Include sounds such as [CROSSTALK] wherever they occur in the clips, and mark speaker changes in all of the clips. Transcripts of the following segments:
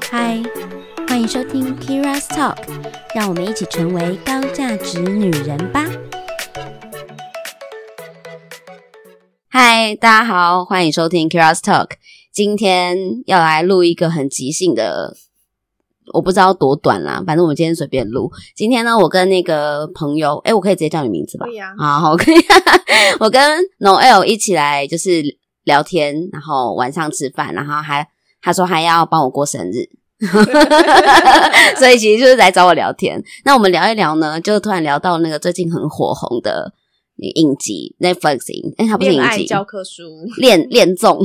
Speaker 1: 嗨，欢迎收听 Kira's Talk，让我们一起成为高价值女人吧。嗨，大家好，欢迎收听 Kira's Talk，今天要来录一个很即兴的。我不知道多短啦，反正我们今天随便录。今天呢，我跟那个朋友，诶，我可以直接叫你名字吧？
Speaker 2: 可以啊，
Speaker 1: 啊，好，可以。 [LAUGHS] 我跟 Noel 一起来就是聊天，然后晚上吃饭，然后还他说还要帮我过生
Speaker 2: [LAUGHS]
Speaker 1: 日，所以其实就是来找我聊天。那我们聊一聊呢，就突然聊到那个最近很火红的影集 Netflix 影，哎、它不是
Speaker 2: 恋
Speaker 1: 影
Speaker 2: 爱
Speaker 1: 集，
Speaker 2: 教科书，
Speaker 1: 恋恋综，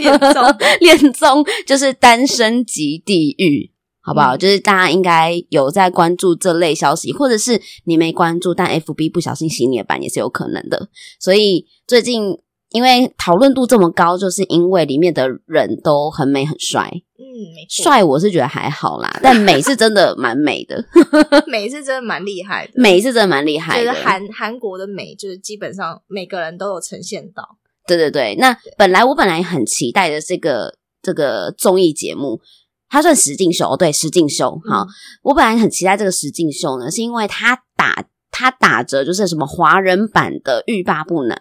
Speaker 2: 恋综
Speaker 1: [LAUGHS] 恋综就是单身级地狱，好不好？
Speaker 2: 嗯
Speaker 1: 就是大家应该有在关注这类消息，或者是你没关注，但 FB 不小心洗你的版也是有可能的。所以最近因为讨论度这么高，就是因为里面的人都很美很帅，
Speaker 2: 嗯，没错，
Speaker 1: 帅我是觉得还好啦，但美是真的蛮美的， [LAUGHS]
Speaker 2: 美是真的蛮厉害的，
Speaker 1: 美是真的蛮厉害
Speaker 2: 就是
Speaker 1: 的。
Speaker 2: 韩韩国的美，就是基本上每个人都有呈现到，
Speaker 1: 对对对，那本来我本来很期待的这个这个综艺节目，它算实境秀，哦对，实境秀。好，
Speaker 2: 嗯
Speaker 1: 我本来很期待这个实境秀呢，是因为它打它打着就是什么华人版的欲罢不能，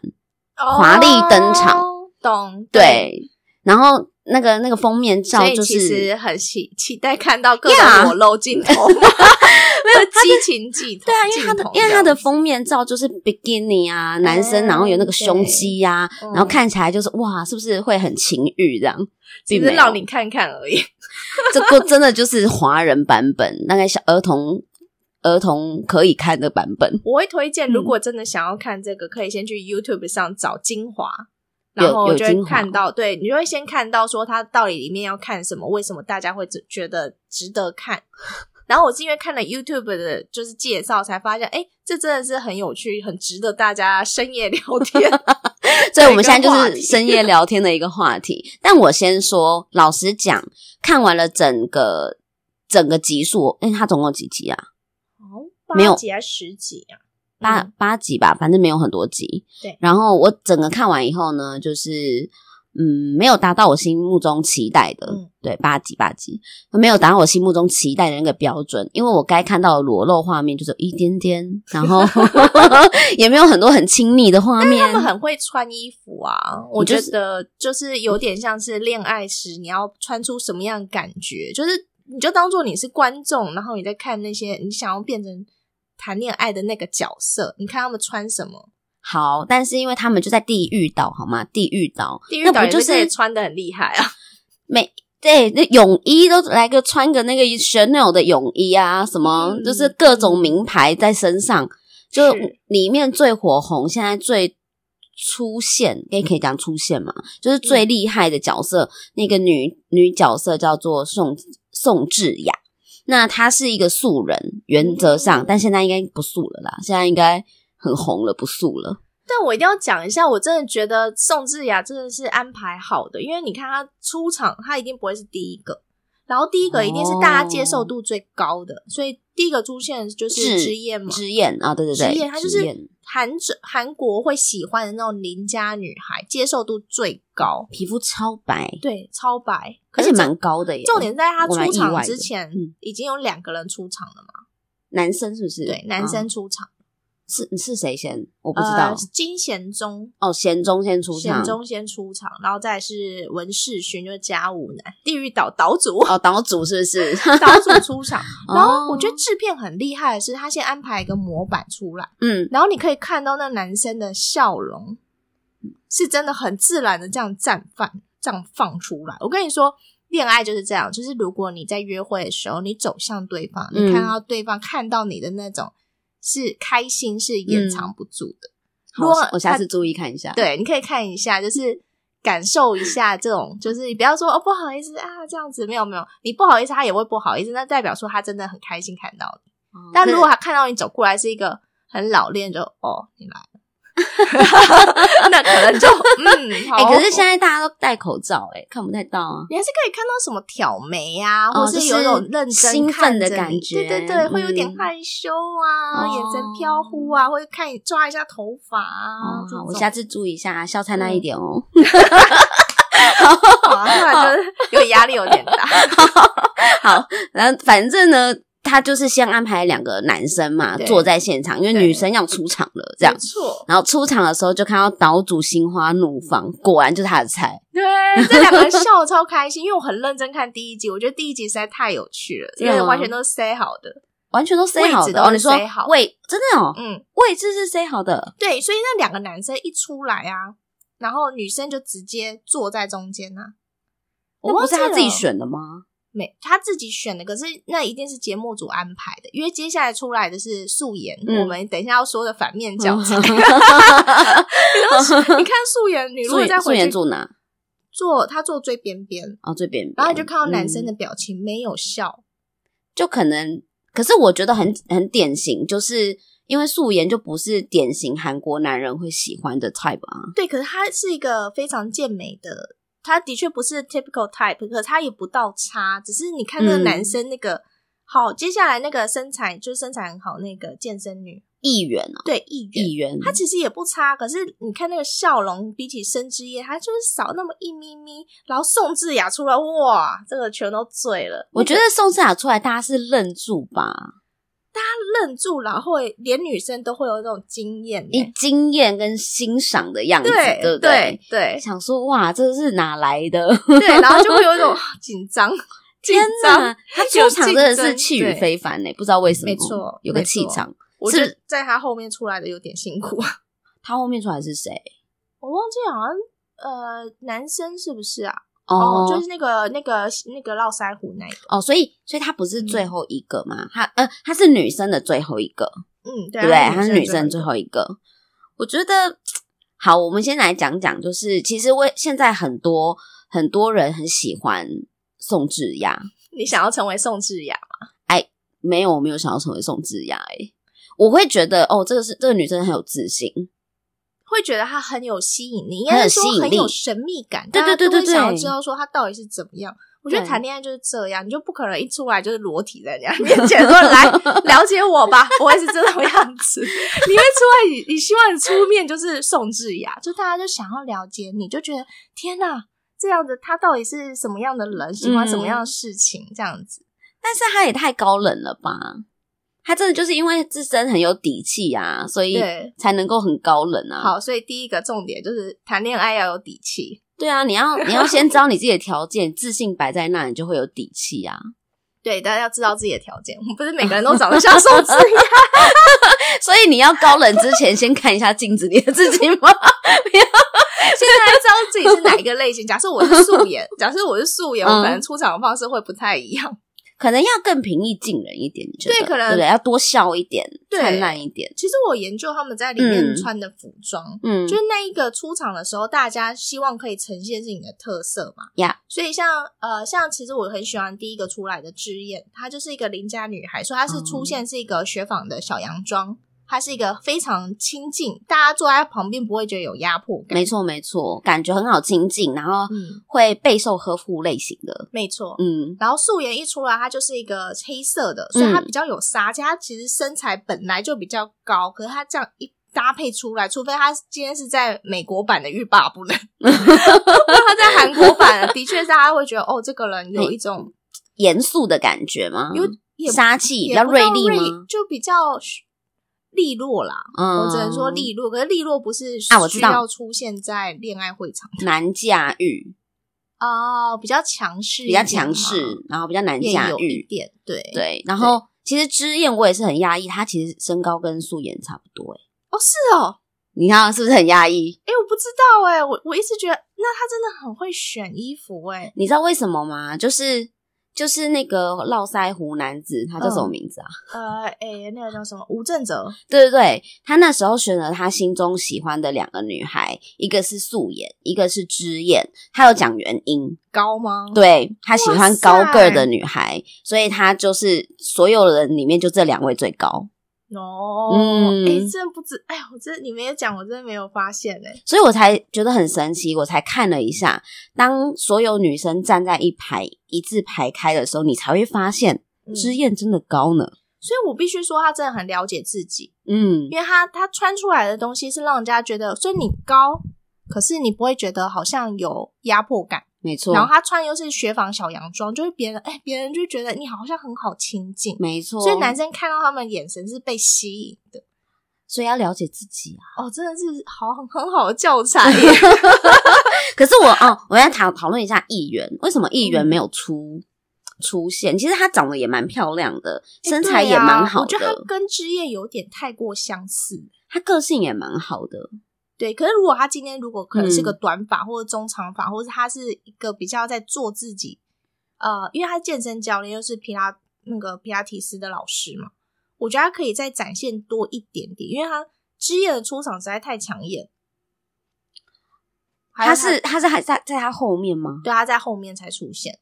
Speaker 1: 华丽登场
Speaker 2: 哦，懂？
Speaker 1: 哦对，然后那个那个封面照
Speaker 2: 所以
Speaker 1: 就
Speaker 2: 其
Speaker 1: 是
Speaker 2: 实很期期待看到各
Speaker 1: 呀
Speaker 2: 种裸
Speaker 1: [LAUGHS]
Speaker 2: 露镜头，没有激情镜头，
Speaker 1: 对啊，因为它的
Speaker 2: 镜头嗯
Speaker 1: 因为它的
Speaker 2: 这样
Speaker 1: 封面照就是 bikini 啊，男生然后有那个胸肌呀、
Speaker 2: 对
Speaker 1: 然后看起来就是哇，是不是会很情欲这样？
Speaker 2: 只
Speaker 1: 并
Speaker 2: 是
Speaker 1: 没有
Speaker 2: 让你看看而已，
Speaker 1: 这个真的就是华人版本，大概小儿童儿童可以看的版
Speaker 2: [LAUGHS]
Speaker 1: 本。
Speaker 2: 我会推荐，
Speaker 1: 嗯
Speaker 2: 如果真的想要看这个，可以先去 YouTube 上找精华，
Speaker 1: 有
Speaker 2: 然后
Speaker 1: 有
Speaker 2: 就会
Speaker 1: 精华
Speaker 2: 看到，对你就会先看到说它到底里面要看什么，为什么大家会只觉得值得看。 [LAUGHS] 然后我是因为看了 YouTube 的就是介绍，才发现，哎，这真的是很有趣，很值得大家深夜聊
Speaker 1: [LAUGHS]
Speaker 2: 天。
Speaker 1: 所以我们现在
Speaker 2: 对一个话
Speaker 1: 就是
Speaker 2: 题 [LAUGHS]
Speaker 1: 深夜聊天的一个话题。但我先说，老实讲，看完了整个整个集数，因为它总共有几集啊？
Speaker 2: 哦，
Speaker 1: 没有
Speaker 2: 八集还是十集啊？
Speaker 1: 八、
Speaker 2: 嗯
Speaker 1: 八集吧，反正没有很多集。
Speaker 2: 对
Speaker 1: 然后我整个看完以后呢，就是嗯，没有达到我心目中期待的，
Speaker 2: 嗯
Speaker 1: 对，八集八集没有达到我心目中期待的那个标准，因为我该看到的裸露画面就只有一点点，然
Speaker 2: [LAUGHS]
Speaker 1: 后也没有很多很亲密的画面
Speaker 2: 他。们很会穿衣服啊，我
Speaker 1: 就
Speaker 2: 觉
Speaker 1: 是
Speaker 2: 得就是有点像是恋爱时你要穿出什么样的感觉，就是你就当做你是观众，然后你在看那些你想要变成谈恋爱的那个角色，你看他们穿什么，
Speaker 1: 好，但是因为他们就在地狱岛，好吗？地狱岛，
Speaker 2: 地狱岛
Speaker 1: 那
Speaker 2: 也
Speaker 1: 不就是
Speaker 2: 可以
Speaker 1: 是
Speaker 2: 穿的很厉害啊，
Speaker 1: 对，那泳衣都来个穿个那个 Chanel 的泳衣啊，什么、
Speaker 2: 嗯
Speaker 1: 就是各种名牌在身上，就是里面最火红，现在最出现，也可以讲出现嘛，就是
Speaker 2: 嗯
Speaker 1: 最厉害的角色，那个女女角色叫做宋宋智雅，那她是一个素人，原则上
Speaker 2: 嗯，
Speaker 1: 但现在应该不素了啦，现在应该很红了，不素了。
Speaker 2: [LAUGHS] 但我一定要讲一下，我真的觉得宋智雅真的是安排好的，因为你看她出场，她一定不会是第一个，然后第一个一定是大家接受度最高的，所以第一个出现的哦就是
Speaker 1: 智
Speaker 2: 之夜嘛，
Speaker 1: 之燕啊，对对对，
Speaker 2: 之燕她就是
Speaker 1: 之燕
Speaker 2: 韩者韩国会喜欢的那种邻家女孩，接受度最高，
Speaker 1: 皮肤超白，
Speaker 2: 对，超白，可
Speaker 1: 而
Speaker 2: 是
Speaker 1: 且蛮高的耶。
Speaker 2: 重点在她
Speaker 1: 我蛮
Speaker 2: 出
Speaker 1: 意
Speaker 2: 场
Speaker 1: 外的
Speaker 2: 之前
Speaker 1: 嗯，
Speaker 2: 已经有两个人出场了嘛，
Speaker 1: 男生是不是？
Speaker 2: 对，男生
Speaker 1: 啊
Speaker 2: 出场，
Speaker 1: 是是谁先？我
Speaker 2: 我
Speaker 1: 不知道。
Speaker 2: 金贤中。
Speaker 1: 哦，贤忠先出
Speaker 2: 贤
Speaker 1: 场。
Speaker 2: 中先出场，然后再是文世勋，就是家务男，地狱岛岛主， [LAUGHS]
Speaker 1: 哦，岛主是不是？ [LAUGHS]
Speaker 2: 岛主出场。
Speaker 1: 哦
Speaker 2: 然后我觉得制片很厉害的是，他先安排一个模板出来，
Speaker 1: 嗯，
Speaker 2: 然后你可以看到那男生的笑容是真的很自然的这样绽放，这样放出来。我跟你说，恋爱就是这样，就是如果你在约会的时候，你走向对方，
Speaker 1: 嗯
Speaker 2: 你看到对方看到你的那种是开心，是掩藏不住的。
Speaker 1: 嗯好
Speaker 2: 如果
Speaker 1: 我下
Speaker 2: 他
Speaker 1: 次注意看一下。，
Speaker 2: 对，你可以看一下，就是感受一下这种，就是你不要说哦不好意思啊这样子，没有没有，你不好意思他也会不好意思，那代表说他真的很开心看到你。
Speaker 1: 哦
Speaker 2: 但如果他看到你走过来是一个很老练，就哦你来 [LAUGHS] 了，那可能就 [LAUGHS] 嗯好。哦
Speaker 1: 哎，可是现在大家都戴口罩，哎，看不太到啊。
Speaker 2: 你还是可以看到什么挑眉啊，
Speaker 1: 哦
Speaker 2: 或
Speaker 1: 就是
Speaker 2: 是有一种认真
Speaker 1: 兴奋的
Speaker 2: 看着你
Speaker 1: 感觉
Speaker 2: 对对对，会有点
Speaker 1: 嗯
Speaker 2: 害羞啊，眼神
Speaker 1: 哦
Speaker 2: 飘忽啊，或者看你抓一下头发啊。
Speaker 1: 哦，
Speaker 2: 这
Speaker 1: 好，我
Speaker 2: 种嗯
Speaker 1: 下次注意一下，笑灿烂一点哦。
Speaker 2: 好，突啊然就是 [LAUGHS] 有点压力有点大。
Speaker 1: [LAUGHS] 好，然后反正呢，他就是先安排两个男生嘛
Speaker 2: 对
Speaker 1: 坐在现场，因为
Speaker 2: 对
Speaker 1: 女生要出场了，这样
Speaker 2: 没。错，
Speaker 1: 然后出场的时候就看到岛主心花怒放，果然就是他的菜。
Speaker 2: 对，这两个人笑得超开心，因为我很认真看第一集，我觉得第一集实在太有趣了，
Speaker 1: 真
Speaker 2: 因
Speaker 1: 的吗
Speaker 2: 为完全都是塞好的。
Speaker 1: 完全都塞好
Speaker 2: 位置
Speaker 1: 的
Speaker 2: 都
Speaker 1: 哦，
Speaker 2: 是
Speaker 1: 你说
Speaker 2: say 好
Speaker 1: 位真的哦，
Speaker 2: 嗯，
Speaker 1: 位置是塞好的，
Speaker 2: 对，所以那两个男生一出来啊，然后女生就直接坐在中间啊。
Speaker 1: 那哦不是他
Speaker 2: 忘记
Speaker 1: 自己
Speaker 2: 了
Speaker 1: 选的吗？
Speaker 2: 没，他自己选的，可是那一定是节目组安排的，因为接下来出来的是素颜，
Speaker 1: 嗯
Speaker 2: 我们等一下要说的反面教
Speaker 1: [LAUGHS]
Speaker 2: 材。你
Speaker 1: 素
Speaker 2: 看素颜女，如果
Speaker 1: 颜
Speaker 2: 再
Speaker 1: 素
Speaker 2: 回去
Speaker 1: 颜坐哪？
Speaker 2: 坐，她坐最边边，
Speaker 1: 哦，最边边，
Speaker 2: 然后你就看到男生的
Speaker 1: 嗯，
Speaker 2: 表情没有笑，
Speaker 1: 就可能，可是我觉得很很典型，就是因为素颜就不是典型韩国男人会喜欢的 type 啊，
Speaker 2: 对，可是他是一个非常健美的，他的确不是 typical type，可是他也不到差，只是你看那个
Speaker 1: 嗯
Speaker 2: 男生那个、好，接下来那个身材就是身材很好那个健身女，
Speaker 1: 议员啊，
Speaker 2: 对，议员。
Speaker 1: 议员，
Speaker 2: 她其实也不差，可是你看那个笑容，比起生之夜，她就是少那么一咪咪。然后宋智雅出来，哇，这个全都醉了。
Speaker 1: 我觉得宋智雅出来，大家是愣住吧，
Speaker 2: 她愣住，然后会连女生都会有这种惊艳欸、
Speaker 1: 以惊艳跟欣赏的样子，
Speaker 2: 对
Speaker 1: 对不
Speaker 2: 对？对
Speaker 1: 想说哇，这是哪来
Speaker 2: [LAUGHS]
Speaker 1: 的？
Speaker 2: 对，然后就会有一种 [LAUGHS] 啊紧张，紧
Speaker 1: 天
Speaker 2: 张
Speaker 1: 呐，。他
Speaker 2: 有
Speaker 1: 出场
Speaker 2: 竞
Speaker 1: 真的是
Speaker 2: 争
Speaker 1: 气宇
Speaker 2: 对
Speaker 1: 非凡呢、欸不知道为什么，
Speaker 2: 没错
Speaker 1: 有个
Speaker 2: 没
Speaker 1: 气
Speaker 2: 错
Speaker 1: 场。
Speaker 2: 我觉
Speaker 1: 是
Speaker 2: 得在她后面出来的有点辛
Speaker 1: [LAUGHS]
Speaker 2: 苦，
Speaker 1: 他后面出来是谁？
Speaker 2: 我忘记好像呃男生是不是啊？
Speaker 1: 哦，
Speaker 2: 哦，就是那个那个那个络腮胡那一个，
Speaker 1: 哦，所以所以他不是最后一个嘛？他呃，他是女生的最后一个，
Speaker 2: 嗯，
Speaker 1: 对
Speaker 2: 对
Speaker 1: 不对？
Speaker 2: 她
Speaker 1: 他是女生最
Speaker 2: 后
Speaker 1: 后一个。我觉得好，我们先来讲讲，就是其实为现在很多很多人很喜欢宋智雅，
Speaker 2: 一个，你想要成为宋智雅
Speaker 1: 没有，我没有想要成为宋智雅、欸，我会觉得哦，这个是这个女生很有自信，
Speaker 2: 会觉得她很有吸引力，应
Speaker 1: 很有
Speaker 2: 该是说
Speaker 1: 吸引
Speaker 2: 很有
Speaker 1: 力
Speaker 2: 神秘感，
Speaker 1: 对
Speaker 2: 大家
Speaker 1: 对对
Speaker 2: 都会
Speaker 1: 对对
Speaker 2: 想要知道说她到底是怎么样。我觉得
Speaker 1: 对
Speaker 2: 谈恋爱就是这样，你就不可能一出来就是裸体在人
Speaker 1: [LAUGHS]
Speaker 2: 家面前说来 [LAUGHS] 了解我吧，我会是这种样子。 [LAUGHS] 你会出来，你你希望你出面就是宋智雅，就大家就想要了解你，就觉得天哪，这样子她到底是什么样的人，喜欢什么样的事情，这样子。
Speaker 1: 但是她也太高冷了吧？她真的就是因为自身很有底气啊，所以
Speaker 2: 对
Speaker 1: 才能够很高冷啊。
Speaker 2: 好，所以第一个重点就是谈恋爱要有底气。
Speaker 1: 对啊，你要 [LAUGHS] 你要先知道你自己的条件，自信摆在那，你就会有底气啊。
Speaker 2: 对，大家要知道自己的条件， [LAUGHS] 我们不是每个人都长得像宋智 [LAUGHS] 雅。
Speaker 1: 所以你要高冷之前，先看一下镜子里的自己吗？ [LAUGHS]
Speaker 2: 现在知道自己是哪一个类 [LAUGHS] 型。假设我是素颜，假设我是素颜，
Speaker 1: 嗯
Speaker 2: 我可能出场的方式会不太一样。
Speaker 1: 可能要更平易近人一点，你觉得？
Speaker 2: 对可能
Speaker 1: 对不对？要多笑一点，
Speaker 2: 对
Speaker 1: 灿烂一点。
Speaker 2: 其实我研究他们在里面
Speaker 1: 嗯
Speaker 2: 穿的服装，
Speaker 1: 嗯
Speaker 2: 就是那一个出场的时候，大家希望可以呈现是你的特色嘛。
Speaker 1: 呀
Speaker 2: 所以像呃，像其实我很喜欢第一个出来的知燕，她就是一个邻家女孩，所以她是
Speaker 1: 哦
Speaker 2: 出现是一个雪纺的小洋装。她是一个非常亲近，大家坐在她旁边不会觉得有压迫感。
Speaker 1: 没错没错，感觉很好亲近，然后
Speaker 2: 嗯，
Speaker 1: 会备受呵护类型的。
Speaker 2: 没错。
Speaker 1: 嗯，
Speaker 2: 然后素颜一出来，它就是一个黑色的，所以它
Speaker 1: 嗯
Speaker 2: 比较有杀气。它其实身材本来就比较高，可是它这样一搭配出来，除非它今天是在美国版的欲罢不
Speaker 1: [LAUGHS]
Speaker 2: 能，它在韩国版的确是大家会觉得哦，这个人有一种
Speaker 1: 严肃的感觉吗？
Speaker 2: 有也
Speaker 1: 杀气，比
Speaker 2: 也
Speaker 1: 较
Speaker 2: 不到
Speaker 1: 利吗？
Speaker 2: 就比较利落啦。
Speaker 1: 嗯，
Speaker 2: 我只能说利落，可是利落不是
Speaker 1: 啊我知
Speaker 2: 需
Speaker 1: 道
Speaker 2: 要出现在恋爱会场
Speaker 1: 难驾驭，
Speaker 2: 哦，比较强势一
Speaker 1: 比较
Speaker 2: 点嘛，
Speaker 1: 强势，然后比较难
Speaker 2: 也
Speaker 1: 驾
Speaker 2: 有一
Speaker 1: 驭。
Speaker 2: 点对
Speaker 1: 对，然后其实知燕我也是很压抑，她其实身高跟素颜差不多、欸，
Speaker 2: 哦，是哦，
Speaker 1: 你看啊是不是很压抑？
Speaker 2: 哎、我不知道哎、我我一直觉得，那他真的很会选衣服哎、
Speaker 1: 你知道为什么吗？就是就是那个络腮胡男子，他叫
Speaker 2: 嗯
Speaker 1: 什么名字啊？
Speaker 2: 呃，哎、那个叫什么吴正哲，
Speaker 1: 对对对，他那时候选了他心中喜欢的两个女孩，一个是素颜，一个是知燕。他有讲原因，
Speaker 2: 高吗？，
Speaker 1: 对他喜欢高个儿
Speaker 2: 哇
Speaker 1: 的
Speaker 2: 塞
Speaker 1: 女孩，所以他就是所有人里面就这两位最高。
Speaker 2: 哦，
Speaker 1: 嗯
Speaker 2: 哎、真的不知，哎，我真的你没有讲，我真的没有发现哎、
Speaker 1: 所以我才觉得很神奇，我才看了一下，当所有女生站在一排一字排开的时候，你才会发现
Speaker 2: 嗯
Speaker 1: 知燕真的高呢。
Speaker 2: 所以我必须说，他真的很了解自己，
Speaker 1: 嗯，
Speaker 2: 因为他他穿出来的东西是让人家觉得，所以你高，可是你不会觉得好像有压迫感。
Speaker 1: 没错
Speaker 2: 然，后他穿又是雪纺小洋装，就是别人哎，别人就觉得你好像很好亲近，
Speaker 1: 没错。
Speaker 2: 所以男生看到他们眼神是被吸引的。
Speaker 1: 所以要了解自己啊。
Speaker 2: 哦，真的是好很很好的教材耶，
Speaker 1: 可是我哦，我要讨讨论一下议员，为什么议
Speaker 2: 嗯
Speaker 1: 员没有出、出现？其实她长得也蛮漂亮的，身材也蛮好
Speaker 2: 啊我觉得他
Speaker 1: 的，
Speaker 2: 跟枝叶有点太过相似。
Speaker 1: 她个性也蛮好的。
Speaker 2: 对，可是如果他今天如果可能是个
Speaker 1: 嗯
Speaker 2: 短发或者中长发，或者他是一个比较在做自己，呃，因为他健身教练又是皮拉那个皮拉提斯的老师嘛，我觉得他可以再展现多一点点，因为他枝叶的出场实在太抢眼。还有
Speaker 1: 她是她是还在在她后面吗？
Speaker 2: 对他在后面才出现，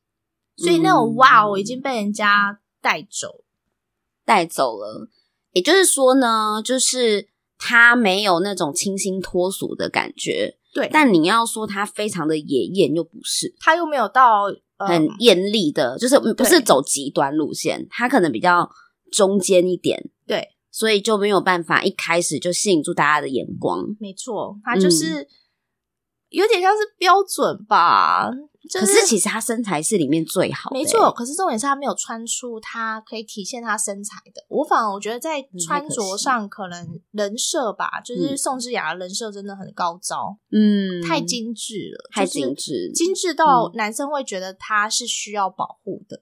Speaker 2: 所以那种
Speaker 1: 嗯
Speaker 2: 哇哦已经被人家带走了
Speaker 1: 带走了。也就是说呢，就是她没有那种清新脱俗的感觉，
Speaker 2: 对，
Speaker 1: 但你要说她非常的野艳又不是，
Speaker 2: 他又没有到呃
Speaker 1: 很艳丽的，就是不是
Speaker 2: 对
Speaker 1: 走极端路线，她可能比较中间一点，
Speaker 2: 对，
Speaker 1: 所以就没有办法一开始就吸引住大家的眼光。
Speaker 2: 没错，他
Speaker 1: 嗯
Speaker 2: 就是、有点像是标准吧，就
Speaker 1: 可是其实她身材是里面最好的、欸
Speaker 2: 没错，，可是重点是他没有穿出他可以体现他身材的。我反而我觉得在
Speaker 1: 嗯
Speaker 2: 穿着上可能人设吧，就是宋智雅的人设真的很高招，
Speaker 1: 嗯，
Speaker 2: 太精致了，
Speaker 1: 太
Speaker 2: 就是
Speaker 1: 精致，嗯
Speaker 2: 精致到男生会觉得她是需要保护的。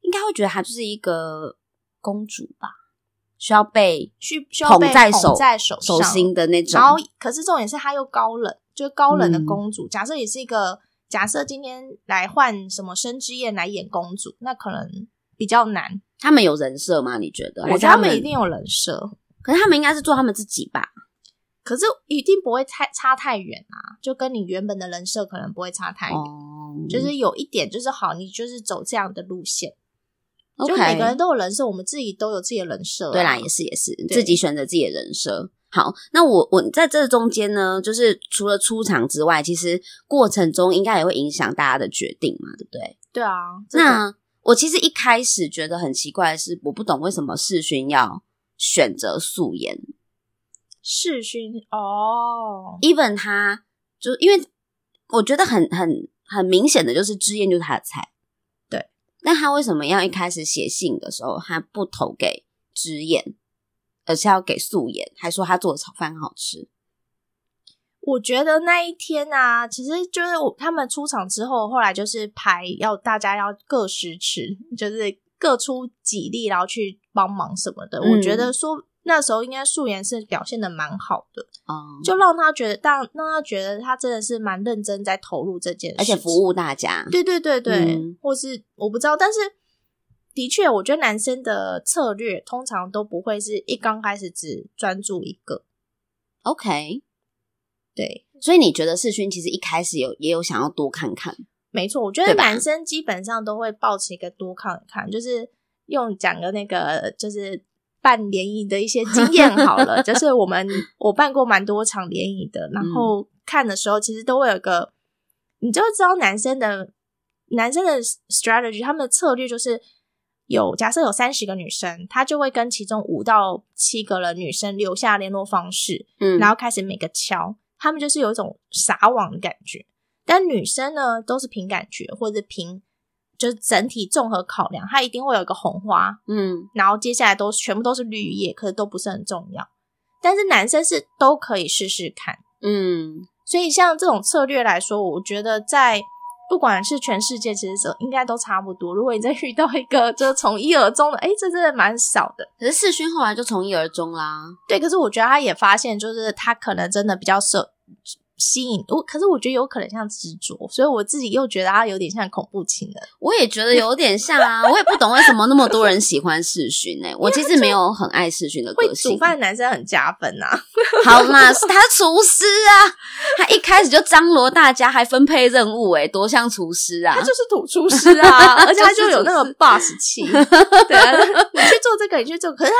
Speaker 1: 应该会觉得她就是一个公主吧，需要被
Speaker 2: 需需要被
Speaker 1: 捧在手
Speaker 2: 捧在手
Speaker 1: 手
Speaker 2: 上
Speaker 1: 心的那种
Speaker 2: 然。后，可是重点是她又高冷，就是高冷的
Speaker 1: 嗯
Speaker 2: 公主。假设也是一个，假设今天来换什么申之燕来演公主，那可能比较难。
Speaker 1: 他们有人设吗？你觉得？
Speaker 2: 我
Speaker 1: 还
Speaker 2: 觉
Speaker 1: 是
Speaker 2: 得他们一定有人设，
Speaker 1: 可是他们应该是做他们自己吧？
Speaker 2: 可是一定不会太差太远啊，就跟你原本的人设可能不会差太远。
Speaker 1: 哦，
Speaker 2: 就是有一点，就是好，你就是走这样的路线。
Speaker 1: OK，
Speaker 2: 就每个人都有啊人设，我们自己都有自己的人设、
Speaker 1: 对啦，也，是也是，自己选择自己的人设。好，那我我在这中间呢，就是除了出场之外，其实过程中应该也会影响大家的决定嘛，对不对？
Speaker 2: 对啊。这个
Speaker 1: 那我其实一开始觉得很奇怪的是，我不懂为什么世勋要选择素颜
Speaker 2: 世勋哦，
Speaker 1: ，even 他就因为我觉得很很很明显的就是知燕就是他的菜，
Speaker 2: 对。
Speaker 1: 那他为什么要一开始写信的时候，他不投给知燕，而是要给素颜，还说他做的炒饭很好吃？
Speaker 2: 我觉得那一天啊，其实就是我他们出场之后，后来就是排要大家要各试吃，就是各出几粒，然后去帮忙什么的。
Speaker 1: 嗯
Speaker 2: 我觉得说那时候应该素颜是表现的蛮好的，
Speaker 1: 哦、
Speaker 2: 就让他觉得让让他觉得他真的是蛮认真在投入这件事，
Speaker 1: 而且服。务大家，
Speaker 2: 对对对对，
Speaker 1: 嗯
Speaker 2: 或是我不知道，但是的确，我觉得男生的策略通常都不会是一刚开始只专注一个，
Speaker 1: OK。
Speaker 2: 对，
Speaker 1: 所以你觉得世勋其实一开始有也有想要多看看，
Speaker 2: 没错，我觉得
Speaker 1: 对吧
Speaker 2: 男生基本上都会抱持一个多看看，就是用讲个那个就是办联谊的一些经
Speaker 1: [LAUGHS]
Speaker 2: 验好了，就是我们我办过蛮多场联谊的，
Speaker 1: 嗯
Speaker 2: 然后看的时候其实都会有一个，你就知道男生的男生的 strategy，他们的策略就是。有假设有三十个女生，他就会跟其中五到七个的女生留下联络方式，
Speaker 1: 嗯
Speaker 2: 然后开始每个敲，他们就是有一种撒网的感觉。但女生呢，都是凭感觉或者凭就是整体综合考量，她一定会有一个红花，
Speaker 1: 嗯，
Speaker 2: 然后接下来都全部都是绿叶，可是都不是很重要。但是男生是都可以试试看，
Speaker 1: 嗯，
Speaker 2: 所以像这种策略来说，我觉得在不管是全世界，其实这应该都差不多。如果你再遇到一个就是从 [LAUGHS] 一而终的，哎，这真的蛮少的。
Speaker 1: 可是世勋后来就从一而终啦，
Speaker 2: 对，可是我觉得他也发现，就是他可能真的比较受吸引我，可是我觉得有可能像执着，所以我自己又觉得他有点像恐怖情人。
Speaker 1: 我也觉得有点像啊，我也不懂为什么那么多人喜欢世勋呢、我其实没有很爱世勋的
Speaker 2: 会
Speaker 1: 个性
Speaker 2: 煮，饭的男生很加分啊呐、
Speaker 1: 好啦，是他厨师啊，他一开始就张罗大家，还分配任务、欸，多像厨师啊
Speaker 2: 他！就是土厨师啊，而且 [LAUGHS] 他就有那
Speaker 1: 就是
Speaker 2: 个 boss [LAUGHS] 气。对啊，你去做这个，你去做。可是他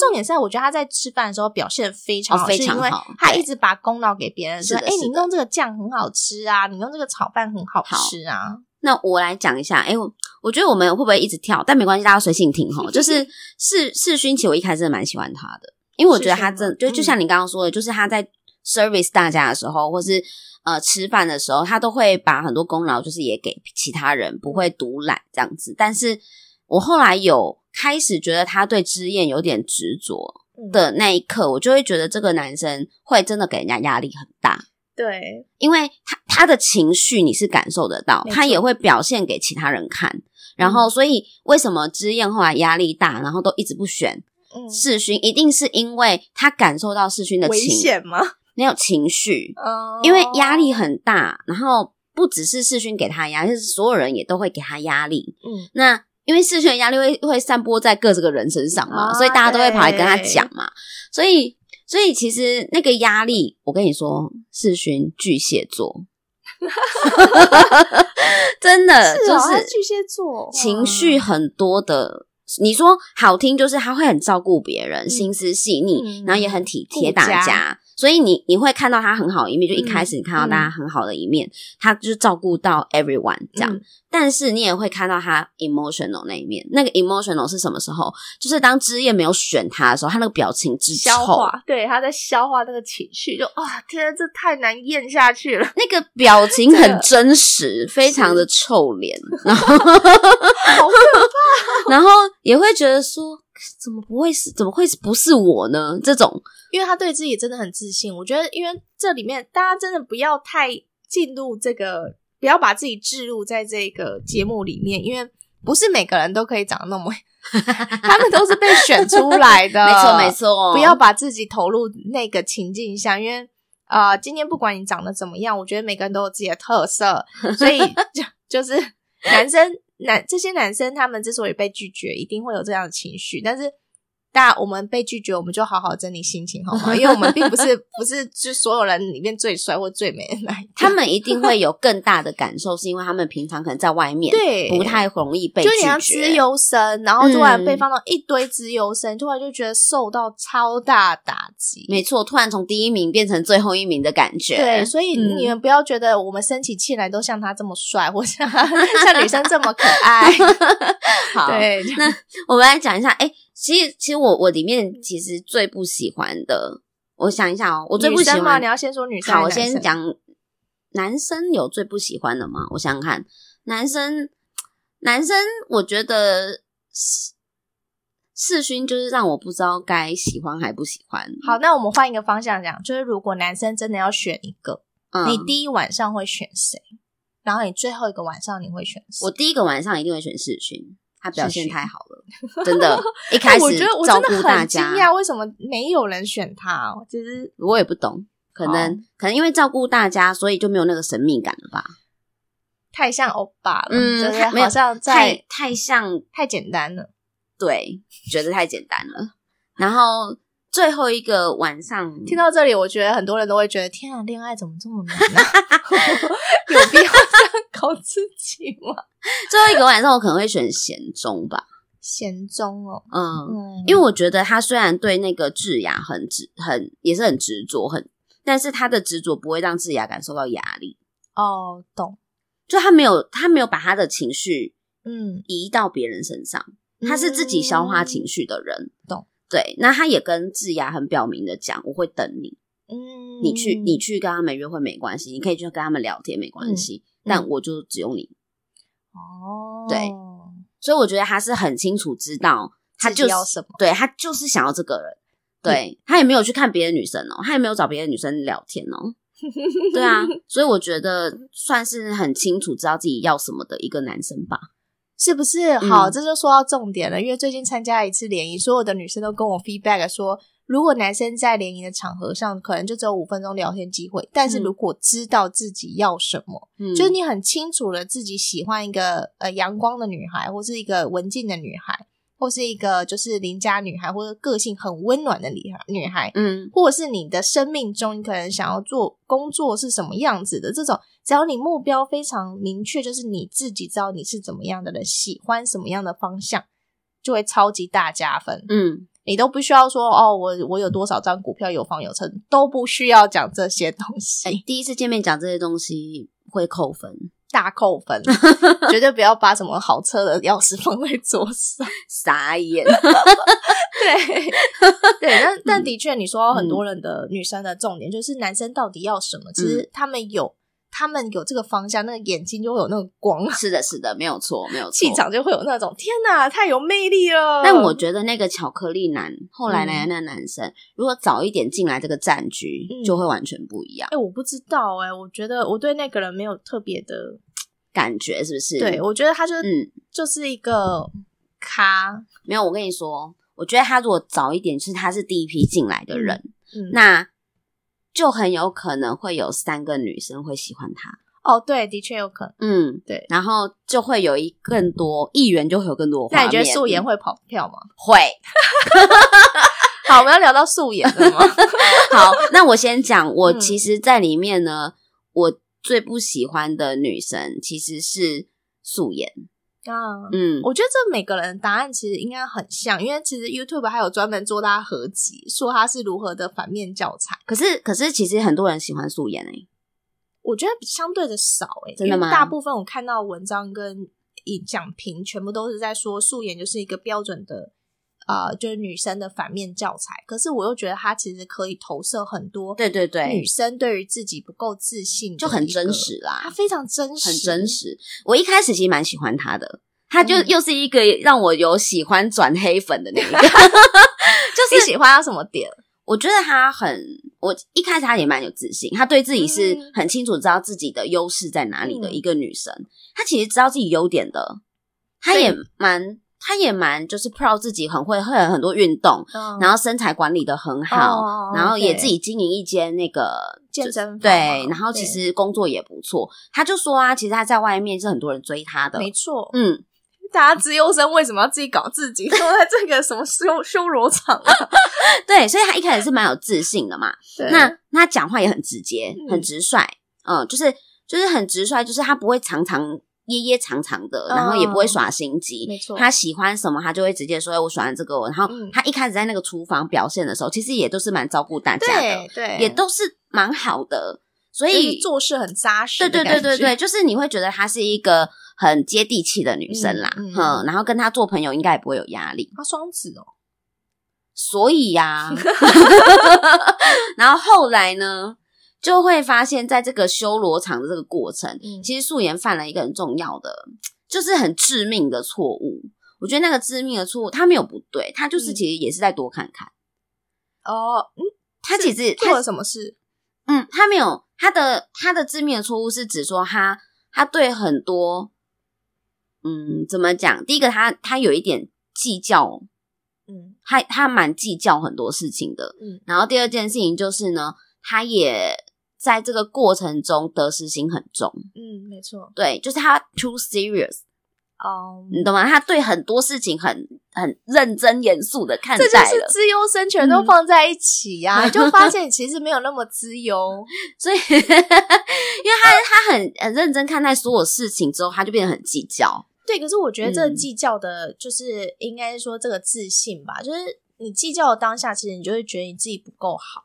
Speaker 2: 重点是在，我觉得他在吃饭的时候表现非常
Speaker 1: 哦
Speaker 2: 好，
Speaker 1: 非
Speaker 2: 是
Speaker 1: 常
Speaker 2: 因为
Speaker 1: 好
Speaker 2: 他
Speaker 1: 对
Speaker 2: 一直把功劳给别人，
Speaker 1: 是
Speaker 2: 说：“
Speaker 1: 的
Speaker 2: 哎、
Speaker 1: 是
Speaker 2: 你弄这个酱很好吃啊，你弄这个炒饭很好
Speaker 1: 好
Speaker 2: 吃啊。
Speaker 1: 那我来讲一下，哎、我我觉得我们会不会一直跳？但没关系，大家随性听吼。就是世世勋，其实我一开始真的蛮喜欢他的，因为我觉得他
Speaker 2: 世勋吗
Speaker 1: 真就就像你刚刚说的，就是他在 service 大家的时候，或是呃吃饭的时候，他都会把很多功劳就是也给其他人，不会独揽这样子。但是我后来有开始觉得他对之燕有点执着
Speaker 2: 嗯
Speaker 1: 的那一刻，我就会觉得这个男生会真的给人家压力很大。
Speaker 2: 对，
Speaker 1: 因为他他的情绪你是感受得到
Speaker 2: 没，错嗯
Speaker 1: 他也会表现给其他人看。然后，所以为什么之燕后来压力大，然后都一直不选
Speaker 2: 嗯，
Speaker 1: 世勋，一定是因为他感受到世勋的
Speaker 2: 危
Speaker 1: 情
Speaker 2: 险吗？
Speaker 1: 没有情绪，
Speaker 2: 嗯，
Speaker 1: 因为压力，很大，然后不只是世勋给他压力，是所有人也都会给他压力。
Speaker 2: 嗯，
Speaker 1: 那因为世勋的压力会会散播在各这个人身上嘛，
Speaker 2: 啊
Speaker 1: 所以大家都会跑来跟他
Speaker 2: 对
Speaker 1: 讲嘛。所以，所以其实那个压力，我跟你说，世勋巨蟹座， [LAUGHS] 真的
Speaker 2: 是
Speaker 1: 就
Speaker 2: 哦，他
Speaker 1: 是
Speaker 2: 巨蟹座，嗯
Speaker 1: 情绪很多的。你说好听就是他会很照顾别人，心思细腻，
Speaker 2: 嗯
Speaker 1: 然后也很体贴
Speaker 2: 顾家
Speaker 1: 大家，所以你你会看到他很好的一面，就一
Speaker 2: 嗯
Speaker 1: 开始你看到大家很好的一面，他就是照顾到 everyone 这样，
Speaker 2: 嗯
Speaker 1: 但是你也会看到他 emotional 那一面。那个 emotional 是什么时候？就是当枝叶没有选他的时候，他那个表情之丑，
Speaker 2: 消化，对，他在消化那个情绪，就哇，天啊，这太难咽下去 [LAUGHS] 了。
Speaker 1: 那个表情
Speaker 2: 这
Speaker 1: 很
Speaker 2: 个
Speaker 1: 真实，非常的臭脸，然后然后也会觉得说，怎么不会是怎么会是不是我呢？这种
Speaker 2: [LAUGHS] 因为他对自己真的很自信。我觉得，因为这里面大家真的不要太进入这个，不要把自己置入在这个节目里面，因为不是每个人都可以长得那么， [LAUGHS] 他们都是被选出来的，
Speaker 1: 没错没。错，
Speaker 2: 不要把自己投入那个情境下，因为啊，呃今天不管你长得怎么样，我觉得每个人都有自己的特色，所 [LAUGHS] 以就就是男生男这些男生他们之所以被拒绝，一定会有这样的情绪，但是。大家我们被拒绝，我们就好好整理心情，好 [LAUGHS] 吗？因为我们并不是不是就所有人里面最帅或最美的那一个
Speaker 1: 他们一定会有更大的感受，是因为他们平常可能在外面
Speaker 2: 对
Speaker 1: 不太容易被
Speaker 2: 就你像
Speaker 1: 拒
Speaker 2: 资
Speaker 1: 绝。
Speaker 2: 优生，然后突然被
Speaker 1: 嗯
Speaker 2: 放到一堆资优生，突然就觉得受到超大打击。
Speaker 1: 没错，突然从第一名变成最后一名的感觉，
Speaker 2: 对，所以
Speaker 1: 嗯
Speaker 2: 你们不要觉得我们生起气来都像他这么帅，或像像女生这么可爱。
Speaker 1: [LAUGHS] 好，
Speaker 2: 对，
Speaker 1: 我们来讲一下，哎、其实其实我我里面其实最不喜欢的，我想一下哦，我
Speaker 2: 我
Speaker 1: 最不喜
Speaker 2: 嘛，
Speaker 1: 欢
Speaker 2: 你要先说女生
Speaker 1: 好，
Speaker 2: 还
Speaker 1: 我
Speaker 2: 是男生，
Speaker 1: 先讲男生有最不喜欢的吗？我想想看，男生，男生，我觉得世世勋就是让我不知道该喜欢还不喜欢。
Speaker 2: 好，那我们换一个方向讲，就是如果男生真的要选一个，
Speaker 1: 嗯，
Speaker 2: 你第一晚上会选谁？然后你最后一个晚上你会选谁？
Speaker 1: 我第一个晚上一定会选世勋，他表现
Speaker 2: 世勋
Speaker 1: 太好了，真
Speaker 2: [LAUGHS]
Speaker 1: 的，一开
Speaker 2: 我
Speaker 1: 始
Speaker 2: 觉得我
Speaker 1: 照
Speaker 2: 真
Speaker 1: 顾
Speaker 2: 的
Speaker 1: 大
Speaker 2: 很惊
Speaker 1: 家，
Speaker 2: 讶，为什么没有人选他？哦我只是
Speaker 1: 我也不懂。可能、
Speaker 2: 哦
Speaker 1: 可能因为照顾大家，所以就没有那个神秘感了吧？
Speaker 2: 太像欧巴了，
Speaker 1: 嗯
Speaker 2: 就是
Speaker 1: 没有
Speaker 2: 好像在
Speaker 1: 太太像
Speaker 2: 太简单了。
Speaker 1: 对，觉得太简单了。然后最后一个晚上，
Speaker 2: 听到这里，我觉得很多人都会觉得：天啊，恋爱怎么这么难、 [LAUGHS] 啊？有必要这样搞自己 [LAUGHS] 吗？
Speaker 1: 最后一个晚上，我可能会选贤忠吧。
Speaker 2: 贤忠哦，
Speaker 1: 嗯，
Speaker 2: 嗯，
Speaker 1: 因
Speaker 2: 为
Speaker 1: 为我觉得他虽然对那个智雅很执，很也是很执着，很，但是他的执着不会让智雅感受到压力，
Speaker 2: 哦，懂，
Speaker 1: 就他没有他没有把他的情绪
Speaker 2: 嗯，
Speaker 1: 移到别人身上，他是自己消化情绪的人。
Speaker 2: 嗯懂
Speaker 1: 对，那他也跟智雅很表明的讲，我会等你，
Speaker 2: 嗯，嗯
Speaker 1: 你去你去跟他们约会没关系，你可以去跟他们聊天没关系，但我就只有你。
Speaker 2: 哦，
Speaker 1: 对所以我觉得他是很清楚知道，他
Speaker 2: 自己
Speaker 1: 就是
Speaker 2: 要什么？嗯
Speaker 1: 对他就是想要这个人，对、他也没有去看别的女生哦，他也没有找别的女生聊天
Speaker 2: [LAUGHS]
Speaker 1: 哦，对啊，所以我觉得算是很清楚知道自己要什么的一个男生吧。
Speaker 2: 是不是？好，
Speaker 1: 嗯
Speaker 2: 这就说到重点了。因为最近参加一次联谊，所有的女生都跟我 feedback 说，如果男生在联谊的场合上，可能就只有五分钟聊天机会，但是
Speaker 1: 嗯
Speaker 2: 如果知道自己要什么。
Speaker 1: 嗯，
Speaker 2: 就是你很清楚了自己喜欢一个呃阳光的女孩，或是一个文静的女孩，或是一个就是邻家女孩，或者个性很温暖的女孩，女孩，
Speaker 1: 嗯，
Speaker 2: 或者是你的生命中你可能想要做工作是什么样子的这种，只要你目标非常明确，就是你自己知道你是怎么样的人，喜欢什么样的方向，就会超级大加分。
Speaker 1: 嗯，
Speaker 2: 你都不需要说哦，我我有多少张股票，有房有车，都不需要讲这些东西。
Speaker 1: 哎、第一次见面讲这些东西会扣分，
Speaker 2: 大扣 [LAUGHS] 分，绝对不要把什么豪车的钥匙放在桌上，
Speaker 1: 傻眼。
Speaker 2: 对 [LAUGHS] 对，但但的确，你说很
Speaker 1: 嗯
Speaker 2: 多人的女生的重点就是男生到底要什么？其实他们有，他们有这个方向，那个眼睛就会有那个光，
Speaker 1: [LAUGHS] 是的，是的，没有错，没有错。
Speaker 2: 气场就会有那种天哪，太有魅力了。
Speaker 1: 但我觉得那个巧克力男，后
Speaker 2: 嗯
Speaker 1: 来来的那男生，如果早一点进来这个战局，
Speaker 2: 嗯
Speaker 1: 就会完全不一样
Speaker 2: 哎、我不知道哎、我觉得我对那个人没有特别的，
Speaker 1: 感觉，是不是？
Speaker 2: 对我觉得他就是、
Speaker 1: 嗯，
Speaker 2: 就是一个咖，
Speaker 1: 没有。我跟你说，我觉得他如果早一点，就是他是第一批进来的人，
Speaker 2: 嗯，
Speaker 1: 那就很有可能会有三个女生会喜欢他。
Speaker 2: 哦，对，的确有可能。
Speaker 1: 嗯，
Speaker 2: 对
Speaker 1: 然后就会有一更多议员，就会有更多画
Speaker 2: 那
Speaker 1: 面。嗯
Speaker 2: 你觉得素颜会跑票吗？
Speaker 1: 会？
Speaker 2: 好，我们要聊到素颜了吗？
Speaker 1: [LAUGHS] 好，那我先讲，我
Speaker 2: 嗯
Speaker 1: 其实，在里面呢，我最不喜欢的女生其实是素颜。
Speaker 2: 啊，
Speaker 1: 嗯，
Speaker 2: 我觉得这每个人的答案其实应该很像，因为其实 YouTube 还有专门做大家合集，说他是如何的反面教材。
Speaker 1: 可是可是，其实很多人喜欢素颜诶、欸
Speaker 2: 我觉得相对的少诶、欸，
Speaker 1: 真的吗
Speaker 2: 因为大部分我看到文章跟影讲评，全部都是在说素颜就是一个标准的，呃，就是女生的反面教材。可是我又觉得它其实可以投射很多
Speaker 1: 对对
Speaker 2: 女
Speaker 1: 对，
Speaker 2: 生对于自己不够自信，
Speaker 1: 嗯就很真，实啦
Speaker 2: 它，非常真实，
Speaker 1: 很真。实。我一开始其实蛮喜欢她的，她就
Speaker 2: 嗯
Speaker 1: 又是一个让我有喜欢转黑粉的那
Speaker 2: [LAUGHS]
Speaker 1: 一个。
Speaker 2: 就是你喜欢它什么点？
Speaker 1: 我觉得她很，我一开始她也蛮有自信，她对自己是
Speaker 2: 嗯
Speaker 1: 很清楚知道自己的优势在哪里的
Speaker 2: 嗯
Speaker 1: 一个女生。她其实知道自己优点的，她也蛮，她也蛮就是 proud 自己很会会很多运动，
Speaker 2: 嗯
Speaker 1: 然后身材管理的很好，
Speaker 2: 哦
Speaker 1: 然后也
Speaker 2: 对
Speaker 1: 自己经营一间那个
Speaker 2: 健
Speaker 1: 就是
Speaker 2: 身房嘛
Speaker 1: 对，然后其
Speaker 2: 对
Speaker 1: 实工作也不错。她就说啊，其实她在外面是很多人追她的，
Speaker 2: 没错，
Speaker 1: 嗯，
Speaker 2: 大家资优生为什么要自己搞自己？弄在这个什么修修罗场啊？
Speaker 1: 对，所以他一开始是蛮有自信的嘛。
Speaker 2: 对
Speaker 1: 那那他讲话也很直接，
Speaker 2: 嗯
Speaker 1: 很直率，嗯，就是就是很直率，就是他不会常常掖掖藏藏的，然后也不会耍心机。
Speaker 2: 嗯没错
Speaker 1: 他喜欢什么，他就会直接说哎：“我喜欢这个。”然后
Speaker 2: 嗯
Speaker 1: 他一开始在那个厨房表现的时候，其实也都是蛮照顾大家
Speaker 2: 对
Speaker 1: 的，
Speaker 2: 对，
Speaker 1: 也都是蛮好的。所
Speaker 2: 就是
Speaker 1: 以，
Speaker 2: 做事很扎实
Speaker 1: 对
Speaker 2: 的
Speaker 1: 对
Speaker 2: 感觉，
Speaker 1: 对对对，就是你会觉得她是一个很接地气的女生啦，
Speaker 2: 嗯嗯
Speaker 1: 嗯，然后跟她做朋友应该也不会有压力。
Speaker 2: 他双子哦，
Speaker 1: 所以呀、然后后来呢，就会发现，在这个修罗场的这个过程，
Speaker 2: 嗯
Speaker 1: 其实素颜犯了一个很重要的，就是很致命的错误。我觉得那个致命的错误，他没有不对，他就是
Speaker 2: 嗯
Speaker 1: 其实也是在多看看。
Speaker 2: 哦，嗯，
Speaker 1: 他其实
Speaker 2: 做
Speaker 1: 他
Speaker 2: 了什么事？
Speaker 1: 嗯，他没有他的他的致命的错误是指说他他对很多嗯怎么讲？第一个他他有一点计较，
Speaker 2: 嗯
Speaker 1: 他他蛮计较很多事情的。
Speaker 2: 嗯，
Speaker 1: 然后第二件事情就是呢，他也在这个过程中得失心很重，
Speaker 2: 嗯，没错，
Speaker 1: 对，就是他 too serious，
Speaker 2: 哦、
Speaker 1: 你懂吗？他对很多事情很很认真严肃的看
Speaker 2: 这就
Speaker 1: 待
Speaker 2: 是
Speaker 1: 了，
Speaker 2: 资优生全都放在一起呀、就发现你其实没有那么资优，
Speaker 1: 所以 [LAUGHS] 因为他他很很认真看待所有事情之后，他就变得很计较，
Speaker 2: 对，可是我觉得这个
Speaker 1: 嗯
Speaker 2: 计较的，就是应该是说这个自信吧，就是你计较的当下，其实你就会觉得你自己不够好，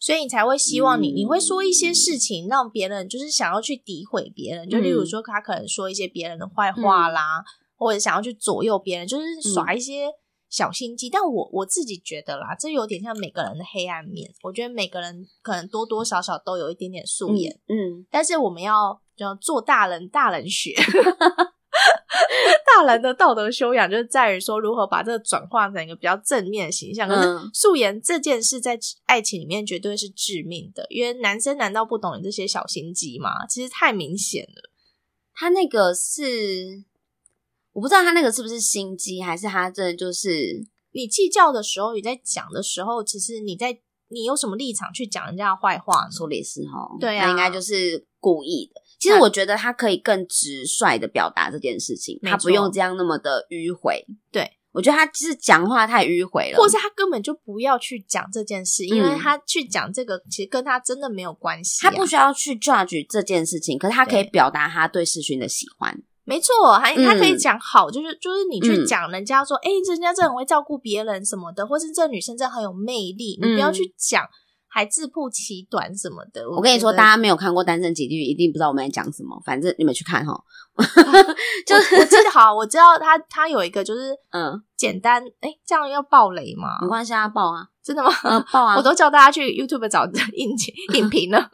Speaker 2: 所以你才会希望你，
Speaker 1: 嗯
Speaker 2: 你会说一些事情让别人就是想要去诋毁别人，就例如
Speaker 1: 嗯
Speaker 2: 说他可能说一些别人的坏话啦，或者想要去左右别人，
Speaker 1: 嗯
Speaker 2: 就是耍一些。小心机，但我我自己觉得啦，这有点像每个人的黑暗面。我觉得每个人可能多多少少都有一点点素颜，
Speaker 1: 嗯，
Speaker 2: 但是我们要要做大人，大人学。 [LAUGHS] 大人的道德修养就是在于说如何把这个转化成一个比较正面的形象。可是
Speaker 1: 嗯
Speaker 2: 素颜这件事在爱情里面绝对是致命的，因为男生难道不懂你这些小心机吗？其实太明显了。
Speaker 1: 他那个是。我不知道他那个是不是心机，还是他真的就是
Speaker 2: 你计较的时候，你在讲的时候，其实你在你有什么立场去讲人家的坏话呢？
Speaker 1: 说的也是哈，
Speaker 2: 对啊
Speaker 1: 那应该就是故意的。其实
Speaker 2: 那
Speaker 1: 我觉得他可以更直率的表达这件事情，
Speaker 2: 没
Speaker 1: 他不用
Speaker 2: 错
Speaker 1: 这样那么的迂回。
Speaker 2: 对
Speaker 1: 我觉得他就是讲话太迂回了，
Speaker 2: 或是他根本就不要去讲这件事，因为
Speaker 1: 啊嗯
Speaker 2: 他去讲这个，其实跟他真的没有关系、
Speaker 1: 他
Speaker 2: 啊。
Speaker 1: 不需要去 judge 这件事情，可是他可以
Speaker 2: 对
Speaker 1: 表达他对世勋的喜欢。
Speaker 2: 没错，还
Speaker 1: 嗯
Speaker 2: 他可以讲好，就是就是你去
Speaker 1: 嗯
Speaker 2: 讲人家说，哎、人家这很会照顾别人什么的，或是这女生真的很有魅力，你
Speaker 1: 嗯
Speaker 2: 不要去讲还自曝其短什么的。
Speaker 1: 我跟你说，
Speaker 2: 觉得
Speaker 1: 大家没有看过《单身几率》，一定不知道我们在讲什么。反正你们去看哈。
Speaker 2: 我我记得好，我知道他他有一个就是
Speaker 1: [LAUGHS] 嗯，
Speaker 2: 简单，哎，这样要爆雷吗？
Speaker 1: 没关系啊，报啊，
Speaker 2: 真的吗？
Speaker 1: 嗯，报啊
Speaker 2: 我。都叫大家去 YouTube 找影
Speaker 1: [LAUGHS]
Speaker 2: 影评了。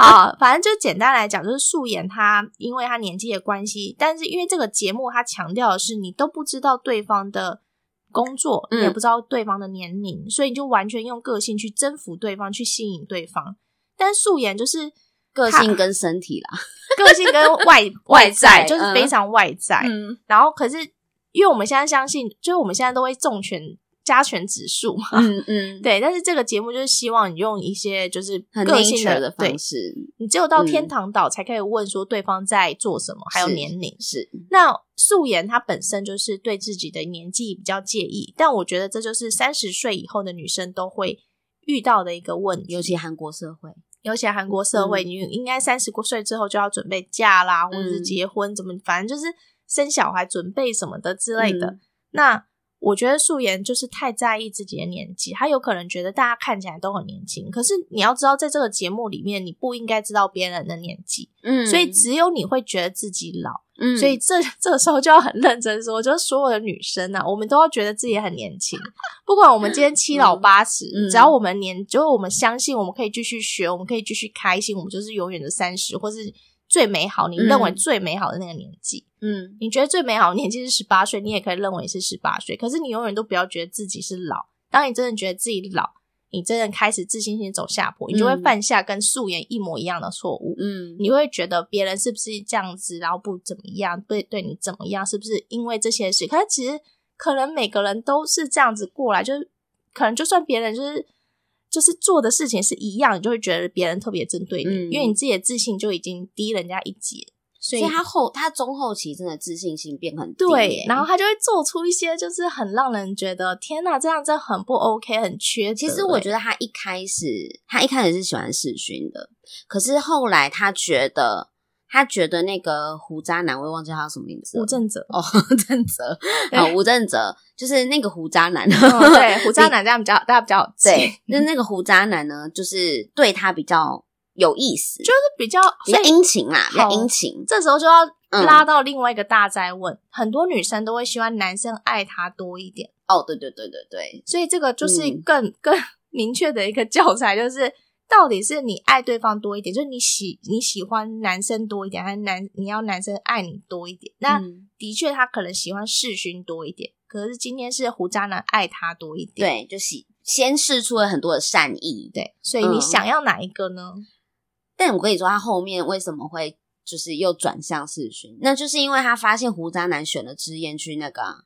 Speaker 2: 好，反正就简单来讲，就是素颜她因为她年纪的关系，但是因为这个节目它强调的是你都不知道对方的工作，
Speaker 1: 嗯
Speaker 2: 你也不知道对方的年龄，所以你就完全用个性去征服对方，去吸引对方。但素颜就是
Speaker 1: 个性跟身体啦，
Speaker 2: 个性跟
Speaker 1: [LAUGHS]
Speaker 2: 外
Speaker 1: 外在
Speaker 2: 就是非常外在。
Speaker 1: 嗯， [LAUGHS]
Speaker 2: 然后可是因为我们现在相信，就是我们现在都会重拳加权指数嘛，
Speaker 1: 嗯嗯，
Speaker 2: 对，但是这个节目就是希望你用一些就是
Speaker 1: 很
Speaker 2: 个性
Speaker 1: nature 的
Speaker 2: 对
Speaker 1: 方，式
Speaker 2: 你只有到
Speaker 1: 嗯
Speaker 2: 天堂岛才可以问说对方在做什么，还有
Speaker 1: 是
Speaker 2: 年龄。
Speaker 1: 是，
Speaker 2: 那素颜她本身就是对自己的年纪比较介意，但我觉得这就是三十岁以后的女生都会遇到的一个问题。
Speaker 1: 尤其韩国社会，
Speaker 2: 尤其韩国社会，
Speaker 1: 嗯
Speaker 2: 你应该三十岁之后就要准备嫁啦，或者是
Speaker 1: 嗯
Speaker 2: 结婚，怎么反正就是生小孩、准备什么的之类的。
Speaker 1: 嗯
Speaker 2: 那我觉得素颜就是太在意自己的年纪，她有可能觉得大家看起来都很年轻，可是你要知道，在这个节目里面，你不应该知道别人的年纪，
Speaker 1: 嗯
Speaker 2: 所以只有你会觉得自己老。
Speaker 1: 嗯
Speaker 2: 所以这 [LAUGHS] 这个时候就要很认真说，就是所有的女生啊，我们都要觉得自己很年轻，不管我们今天七老八十，
Speaker 1: 嗯
Speaker 2: 只要我们年，就是我们相信我们可以继续学，我们可以继续开心，我们就是永远的三十，或是最美好你
Speaker 1: 嗯
Speaker 2: 认为最美好的那个年纪。
Speaker 1: 嗯
Speaker 2: 你觉得最美好的年纪是十八岁，你也可以认为是十八岁，可是你永远都不要觉得自己是老。当你真的觉得自己老，你真的开始自信心走下坡，你就会
Speaker 1: 嗯
Speaker 2: 犯下跟素颜一模一样的错误。
Speaker 1: 嗯
Speaker 2: 你会觉得别人是不是这样子，然后不怎么样，对对你怎么样，是不是因为这些事？可是其实可能每个人都是这样子过来，就是可能就算别人就是就是做的事情是一样，你就会觉得别人特别针对你，
Speaker 1: 嗯
Speaker 2: 因为你自己的自信就已经低人家一截，
Speaker 1: 所
Speaker 2: 所以
Speaker 1: 以他后他中后期真的自信心变很低
Speaker 2: 对
Speaker 1: 耶，
Speaker 2: 然后他就会做出一些就是很让人觉得天哪，这样真的很不 OK，很缺德欸。
Speaker 1: 其实我觉得他一开始，他一开始是喜欢世勋的，可是后来他觉得，他觉得那个胡渣男，我也忘记他叫什么名字了，
Speaker 2: 无正则，
Speaker 1: 哦， [LAUGHS] 正哲
Speaker 2: 对
Speaker 1: 啊，吴正哲就是那个胡渣男，
Speaker 2: [LAUGHS] 嗯对胡渣男这样比较大家比较好记，
Speaker 1: [LAUGHS] 对，
Speaker 2: [LAUGHS]
Speaker 1: 那那个胡渣男呢，就是对他比较有意思，就
Speaker 2: 比较
Speaker 1: 比较
Speaker 2: 所以
Speaker 1: 殷勤啦，比较
Speaker 2: 好
Speaker 1: 殷勤，
Speaker 2: 这时候就要
Speaker 1: 嗯
Speaker 2: 拉到另外一个大灾问，很多女生都会希望男生爱她多一点，
Speaker 1: 哦，对对对对对，
Speaker 2: 所以这个就是
Speaker 1: 嗯
Speaker 2: 更、 [LAUGHS] 更明确的一个教材，就是到底是你爱对方多一点，就是你喜你喜欢男生多一点，还是男你要男生爱你多一点？那、
Speaker 1: 嗯
Speaker 2: 的确他可能喜欢世勋多一点，可是今天是胡渣男爱他多一
Speaker 1: 对，
Speaker 2: 点，
Speaker 1: 就喜先试出了很多的善意，
Speaker 2: 对，所以你
Speaker 1: 嗯
Speaker 2: 想要哪一个呢？
Speaker 1: 但我跟你说，他后面为什么会就是又转向世勋？那就是因为他发现胡渣男选了支烟去那个啊、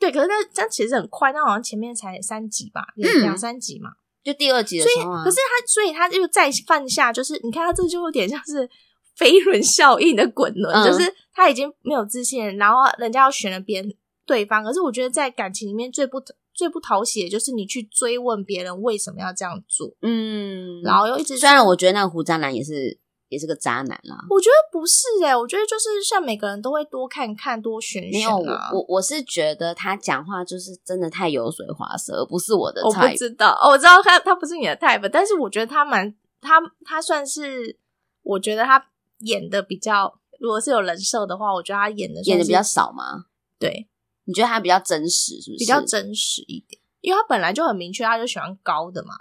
Speaker 2: 对，可是那这样其实很快，那好像前面才三集吧，
Speaker 1: 嗯
Speaker 2: 两三集嘛。
Speaker 1: 就第二集的
Speaker 2: 所以，
Speaker 1: 时候啊，
Speaker 2: 可是他，所以他又再犯下，就是你看他这就有点像是飞轮效应的滚轮，
Speaker 1: 嗯
Speaker 2: 就是他已经没有自信，然后人家要选了别人对方。可是我觉得在感情里面最不最不讨喜的就是你去追问别人为什么要这样做，
Speaker 1: 嗯，
Speaker 2: 然后又一直
Speaker 1: 虽然我觉得那个胡渣男也是也是个渣男啦，
Speaker 2: 我觉得不是哎、我觉得就是像每个人都会多看看、多选
Speaker 1: 没
Speaker 2: 选
Speaker 1: 有我
Speaker 2: 啊。
Speaker 1: 我我是觉得他讲话就是真的太油水滑舌，而不是我的
Speaker 2: 我不
Speaker 1: 菜。
Speaker 2: 知道，哦我知道他他不是你的 type，但是我觉得他蛮他他算是，我觉得他演的比较，如果是有人设的话，我觉得他演的
Speaker 1: 演的
Speaker 2: 算是
Speaker 1: 比较少吗？
Speaker 2: 对，
Speaker 1: 你觉得他比较真实是不是？
Speaker 2: 比较，真实一点，因为他本来就很明确，他就喜欢高的嘛。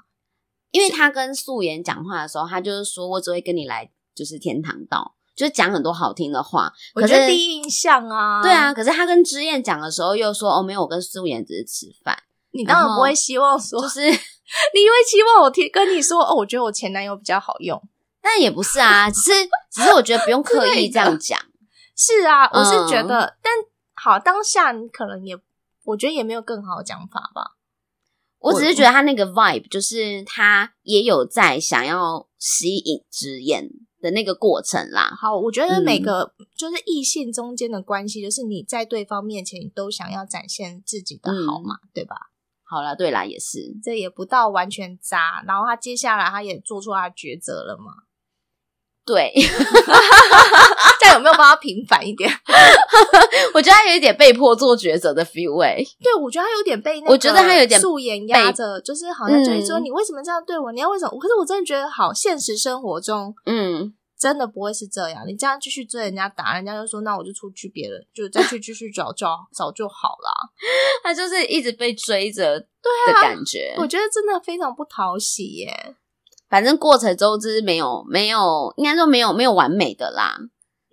Speaker 1: 因为他跟素颜讲话的时候，他就是说我只会跟你来就是天堂道，就是讲很多好听的话，
Speaker 2: 我
Speaker 1: 可
Speaker 2: 觉得
Speaker 1: 是
Speaker 2: 第一印象啊，
Speaker 1: 对啊，，可是他跟知燕讲的时候又说哦，没有，我跟素颜只是吃饭，
Speaker 2: 你当
Speaker 1: 然
Speaker 2: 然
Speaker 1: 后
Speaker 2: 不会希望说，
Speaker 1: 就是 [LAUGHS]
Speaker 2: 你会期望我提跟你说哦，我觉得我前男友比较好用。
Speaker 1: 但也不是啊，只是只是我觉得不用刻意这样讲，
Speaker 2: 是啊，我是觉
Speaker 1: 嗯
Speaker 2: 得，但好当下你可能也，我觉得也没有更好的讲法吧。
Speaker 1: 我只是觉得他那个 vibe 就是他也有在想要吸引之燕的那个过程啦，
Speaker 2: 好，我觉得每
Speaker 1: 嗯
Speaker 2: 个就是异性中间的关系，就是你在对方面前，你都想要展现自己的好
Speaker 1: 嗯
Speaker 2: 嘛，对吧？
Speaker 1: 好了，对啦，也是，
Speaker 2: 这也不到完全渣，然后他接下来他也做出他的抉择了嘛。 [LAUGHS]
Speaker 1: 对， [LAUGHS]
Speaker 2: 这样有没有帮他平反一点？ [LAUGHS]
Speaker 1: 我觉得他有一点被迫做抉择的 feel 哎、
Speaker 2: 对，我觉得他有点被那个
Speaker 1: 我觉得他有点
Speaker 2: 素颜压
Speaker 1: 被
Speaker 2: 着，就是好像就是说
Speaker 1: 嗯
Speaker 2: 你为什么这样对我？你要为什么？可是我真的觉得好，现实生活中
Speaker 1: 嗯，
Speaker 2: 真的不会是这样。你这样继续追人家打，人家就说那我就出去别人，就再去继续找找找就好啦。
Speaker 1: 他就是一直被追着
Speaker 2: 对
Speaker 1: 的
Speaker 2: 啊
Speaker 1: 感觉。
Speaker 2: 我觉得真的非常不讨喜耶。
Speaker 1: 反正过程中就是没有没有，应该说没有没有完美的啦。
Speaker 2: 嗯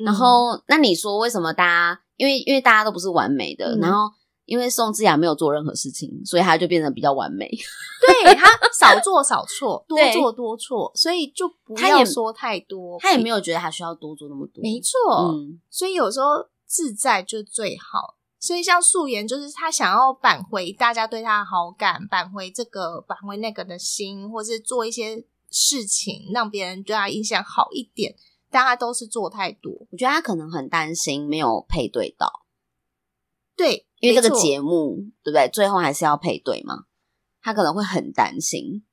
Speaker 1: 然后那你说为什么大家？因为因为大家都不是完美的，
Speaker 2: 嗯
Speaker 1: 然后因为宋智雅没有做任何事情，所以她就变得比较完美。
Speaker 2: 对他少做
Speaker 1: [LAUGHS]
Speaker 2: 少错，多
Speaker 1: 对
Speaker 2: 做多错，所以就不
Speaker 1: 他
Speaker 2: 要
Speaker 1: 也
Speaker 2: 说太多。
Speaker 1: 她也没
Speaker 2: 有，
Speaker 1: 有觉得她需要多做那么多。
Speaker 2: 没错，
Speaker 1: 嗯，
Speaker 2: 所以有时候自在就最好。所以像素颜，就是他想要挽回大家对他的好感，挽回这个，挽回那个的心，或是做一些事情让别人对他印象好一点，但他都是做太多。
Speaker 1: 我觉得她可能很担心没有配对到，
Speaker 2: 对，
Speaker 1: 因为这个
Speaker 2: 没错，
Speaker 1: 节目对不对？最后还是要配对嘛，她可能会很担心。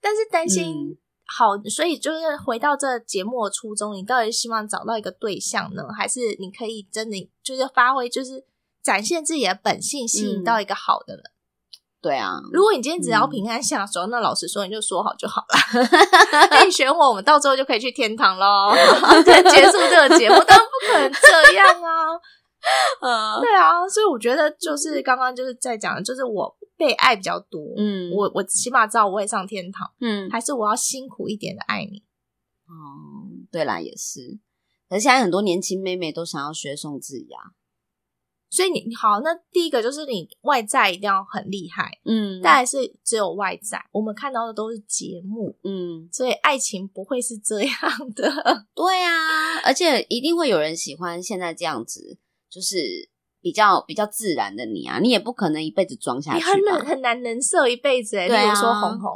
Speaker 2: 但是担
Speaker 1: 嗯
Speaker 2: 心好，所以就是回到这节目的初衷，你到底希望找到一个对象呢，还是你可以真的就是发挥，就是展现自己的本性，吸引
Speaker 1: 嗯
Speaker 2: 到一个好的人？
Speaker 1: 对啊，
Speaker 2: 如果你今天只要
Speaker 1: 嗯
Speaker 2: 平安下手，那老实说，你就说好就好了。那你选我，我们到最后就可以去天堂 [LAUGHS] 喽，结束这个节目。当然不可能这样啊，
Speaker 1: [LAUGHS] 嗯
Speaker 2: 对啊。所以我觉得就是刚刚就是在讲的，就是我被爱比较多，
Speaker 1: 嗯
Speaker 2: 我我起码知道我会上天堂，
Speaker 1: 嗯
Speaker 2: 还是我要辛苦一点的爱你。
Speaker 1: 哦，对啦，也是。可是现在很多年轻妹妹都想要学宋智雅，
Speaker 2: 所以你你好，那第一个就是你外在一定要很厉害，
Speaker 1: 嗯
Speaker 2: 再来是只有外在，我们看到的都是节目，
Speaker 1: 嗯，
Speaker 2: 所以爱情不会是这样的。
Speaker 1: 对啊，而且一定会有人喜欢现在这样子，就是比较比较自然的你啊，你也不可能一辈子装下
Speaker 2: 你
Speaker 1: 去
Speaker 2: 很难
Speaker 1: 吧？
Speaker 2: 很难人设一辈子哎、
Speaker 1: 对啊
Speaker 2: 例如说红红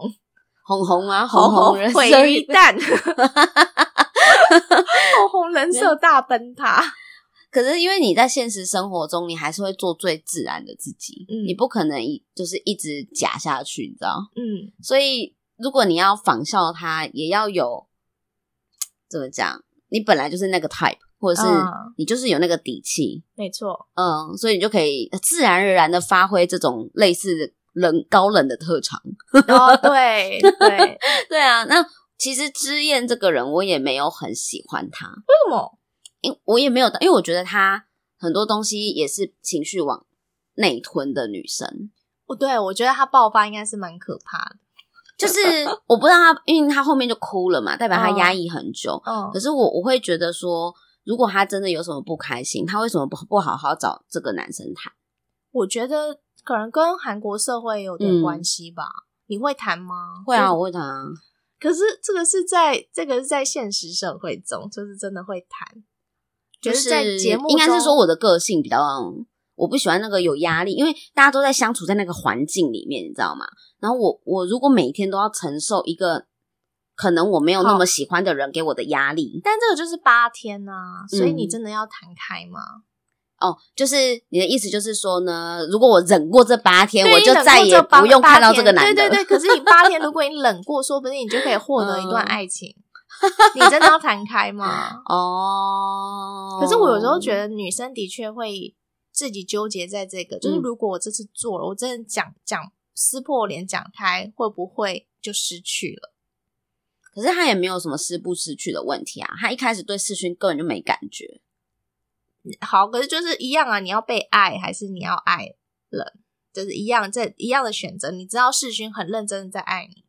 Speaker 1: 红红
Speaker 2: [LAUGHS]
Speaker 1: 啊，红红人
Speaker 2: 毁
Speaker 1: 生
Speaker 2: 于蛋，红
Speaker 1: [LAUGHS]
Speaker 2: 红人设大崩塌。
Speaker 1: 可是因为你在现实生活中，你还是会做最自然的自己，
Speaker 2: 嗯
Speaker 1: 你不可能一就是一直假下去，你知道？
Speaker 2: 嗯，
Speaker 1: 所以如果你要仿效他，也要有怎么讲？你本来就是那个 type，或者是
Speaker 2: 嗯
Speaker 1: 你就是有那个底气，
Speaker 2: 没错，
Speaker 1: 嗯，所以你就可以自然而然的发挥这种类似冷高冷的特长。
Speaker 2: 哦，对对，
Speaker 1: [LAUGHS]
Speaker 2: 为
Speaker 1: 对啊，那其实知燕这个人，我也没有很喜欢他，
Speaker 2: 什么？
Speaker 1: 因我也没有，因为我觉得她很多东西也是情绪往内吞的女生。
Speaker 2: 不哦对，我觉得他爆发应该是蛮可怕的。 [LAUGHS]
Speaker 1: 就是我不知道她，因为她后面就哭了嘛，代表她
Speaker 2: 哦
Speaker 1: 压抑很久。
Speaker 2: 嗯
Speaker 1: 可，是我我会觉得说，如果她真的有什么不开心，她为什么不不好好找这个男生谈？
Speaker 2: 我觉得可能跟韩国社会有点关系吧。你会谈吗？
Speaker 1: 嗯会啊，我会谈啊。
Speaker 2: 可是这个是在这个是在现实社会中，就是真的会谈，
Speaker 1: 就
Speaker 2: 就是在节目
Speaker 1: 应该是
Speaker 2: 中
Speaker 1: 说我的个性比较，我不喜欢那个有压力，因为大家都在相处在那个环境里面，你知道吗？然后我我如果每天都要承受一个可能我没有那
Speaker 2: 好
Speaker 1: 么喜欢的人给我的压力，
Speaker 2: 但这个就是八天呐、所以你
Speaker 1: 嗯
Speaker 2: 真的要谈开吗？
Speaker 1: 哦，就是你的意思就是说呢，如果我忍过这八天，
Speaker 2: 对
Speaker 1: 我就
Speaker 2: 你冷
Speaker 1: 再
Speaker 2: 过
Speaker 1: 也
Speaker 2: 这八
Speaker 1: 不用
Speaker 2: 八
Speaker 1: 看到
Speaker 2: 天
Speaker 1: 这个男的，
Speaker 2: 对对对，可是你八天，如果你冷过，说不定你就可以获得一段
Speaker 1: 嗯
Speaker 2: 爱情。你真的要谈开吗？
Speaker 1: 哦。
Speaker 2: 可是我有时候觉得女生的确会自己纠结在这个，就是如果我这次做了，我真的讲讲撕破脸讲开，会不会就失去了？
Speaker 1: 可是他也没有什么失不失去的问题啊，他一开始对世勋根本就没感觉。
Speaker 2: 好，可是就是一样啊，你要被爱还是你要爱人，就是一样，这一样的选择。你知道世勋很认真的在爱你，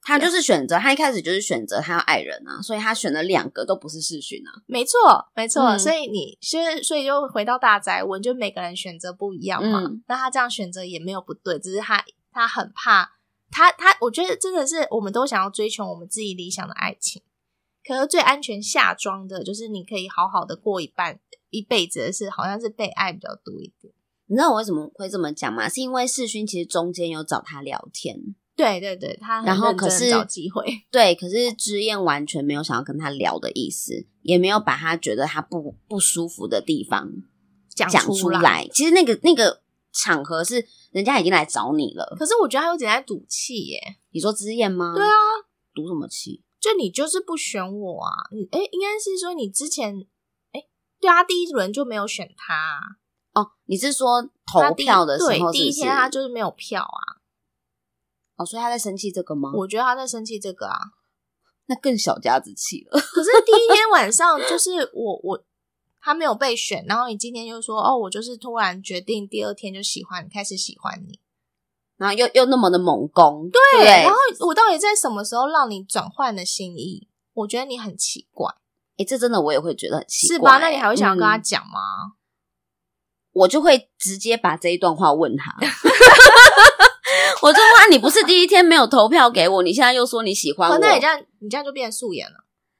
Speaker 1: 他就是选择，他一开始就是选择他要爱人啊，所以他选了两个都不是世勋啊。
Speaker 2: 没错，没错。
Speaker 1: 嗯
Speaker 2: 所以你是，所以就回到大宅文，就每个人选择不一样嘛。
Speaker 1: 嗯
Speaker 2: 那他这样选择也没有不对，只是他他很怕他他，我觉得真的是我们都想要追求我们自己理想的爱情，可是最安全下装的就是你可以好好的过一半一辈子的是，好像是被爱比较多一点。
Speaker 1: 你知道我为什么会这么讲吗？是因为世勋其实中间有找他聊天，
Speaker 2: 对对对，他很
Speaker 1: 然后
Speaker 2: 认
Speaker 1: 可
Speaker 2: 真
Speaker 1: 是
Speaker 2: 找机会， [LAUGHS]
Speaker 1: 对，可是知燕完全没有想要跟他聊的意思，也没有把他觉得他不不舒服的地方
Speaker 2: 讲
Speaker 1: 讲
Speaker 2: 出
Speaker 1: 出。来。其实那个那个场合是人家已经来找你了，
Speaker 2: 可是我觉得他有点在赌气耶，
Speaker 1: 你说知燕吗？
Speaker 2: 对啊，
Speaker 1: 赌什么气？
Speaker 2: 就你就是不选我啊，你哎、应该是说你之前哎、对啊，第一轮就没有选他啊、
Speaker 1: 哦，你是说
Speaker 2: 他
Speaker 1: 投
Speaker 2: 第一
Speaker 1: 票的时候
Speaker 2: 对
Speaker 1: 是不
Speaker 2: 第一天
Speaker 1: 是
Speaker 2: 他就是没有票啊，
Speaker 1: 哦，所以他在生气这个吗？
Speaker 2: 我觉得他在生气这个啊，
Speaker 1: 那更小家子气了。
Speaker 2: 可是第一天晚上就是我我他没有被选，然后你今天就说哦，我就是突然决定第二天就喜欢你，开始喜欢你。
Speaker 1: 然后又又那么的猛攻，对不
Speaker 2: 然
Speaker 1: 对
Speaker 2: 后，我到底在什么时候让你转换了心意？我觉得你很奇怪，
Speaker 1: 哎，这真的我也会觉得很奇怪，
Speaker 2: 是吧？那你还会想要跟他
Speaker 1: 嗯
Speaker 2: 讲吗？
Speaker 1: 我就会直接把这一段话问
Speaker 2: [LAUGHS]
Speaker 1: 他，我就说啊，你不是第一天没有投票给我，你现在又说你喜欢我，
Speaker 2: 哦那你这样，你这样就变素颜了，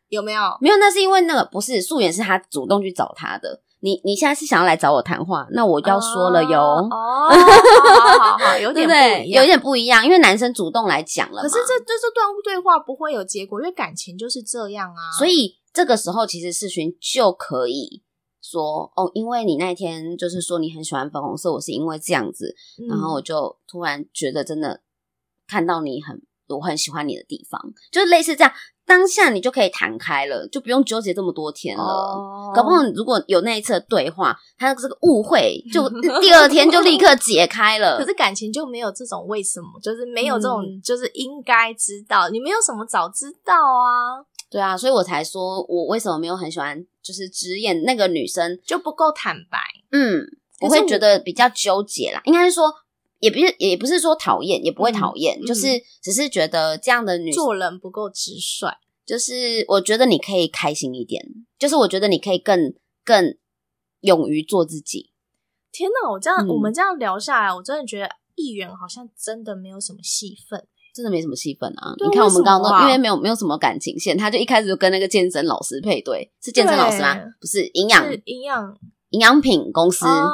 Speaker 2: 有没有？
Speaker 1: 没有，那是因为那个不是素颜，是他主动去找他的。你你现在是想要来找我谈话，那我就要说了哟，
Speaker 2: [LAUGHS] 哦，哦好好好好，有
Speaker 1: 对不
Speaker 2: 点不
Speaker 1: 对？
Speaker 2: 一样
Speaker 1: 有。点不一样，因为男生主动来讲了嘛，
Speaker 2: 可是这这这段对话不会有结果，因为感情就是这样啊。
Speaker 1: 所以这个时候其实世勋就可以说哦，因为你那天就是说你很喜欢粉红色，我是因为这样子，
Speaker 2: 以
Speaker 1: 然后我就突然觉得真的看到你很我很喜欢你的地方，就是类似这样，当下你就可以谈开了，就不用纠结这么多天了。
Speaker 2: 哦
Speaker 1: 搞不好如果有那一次的对话，他这个误
Speaker 2: [LAUGHS]
Speaker 1: 会就第二天就立刻解开了。
Speaker 2: 可是感情就没有这种为什么，就是没有这种，
Speaker 1: 嗯
Speaker 2: 就是应该知道，你没有什么早知道啊，
Speaker 1: 对啊，所以我才说我为什么没有很喜欢，就是直演那个女生，
Speaker 2: 就不够坦白。
Speaker 1: 嗯，我
Speaker 2: 可是
Speaker 1: 会
Speaker 2: 我
Speaker 1: 觉得比较纠结啦。应该是说，也不是也不是说讨厌，也不会
Speaker 2: 嗯
Speaker 1: 讨厌，就
Speaker 2: 嗯
Speaker 1: 是只是觉得这样的女生
Speaker 2: 做人不够直率，
Speaker 1: 就是我觉得你可以开心一点，就是我觉得你可以更更勇于做自己。
Speaker 2: 天哪！我这样，
Speaker 1: 嗯
Speaker 2: 我们这样聊下来，我真的觉得议员好像真的没有什么戏份。
Speaker 1: 真的没什么戏份啊！
Speaker 2: 对
Speaker 1: 你看我们刚刚
Speaker 2: 为什
Speaker 1: 都、
Speaker 2: 么啊
Speaker 1: 因为没有没有什么感情线，他就一开始就跟那个健身老师配对，是健身老师吗
Speaker 2: 对？
Speaker 1: 不是，营养
Speaker 2: 是营养
Speaker 1: 营养品公司，
Speaker 2: 哦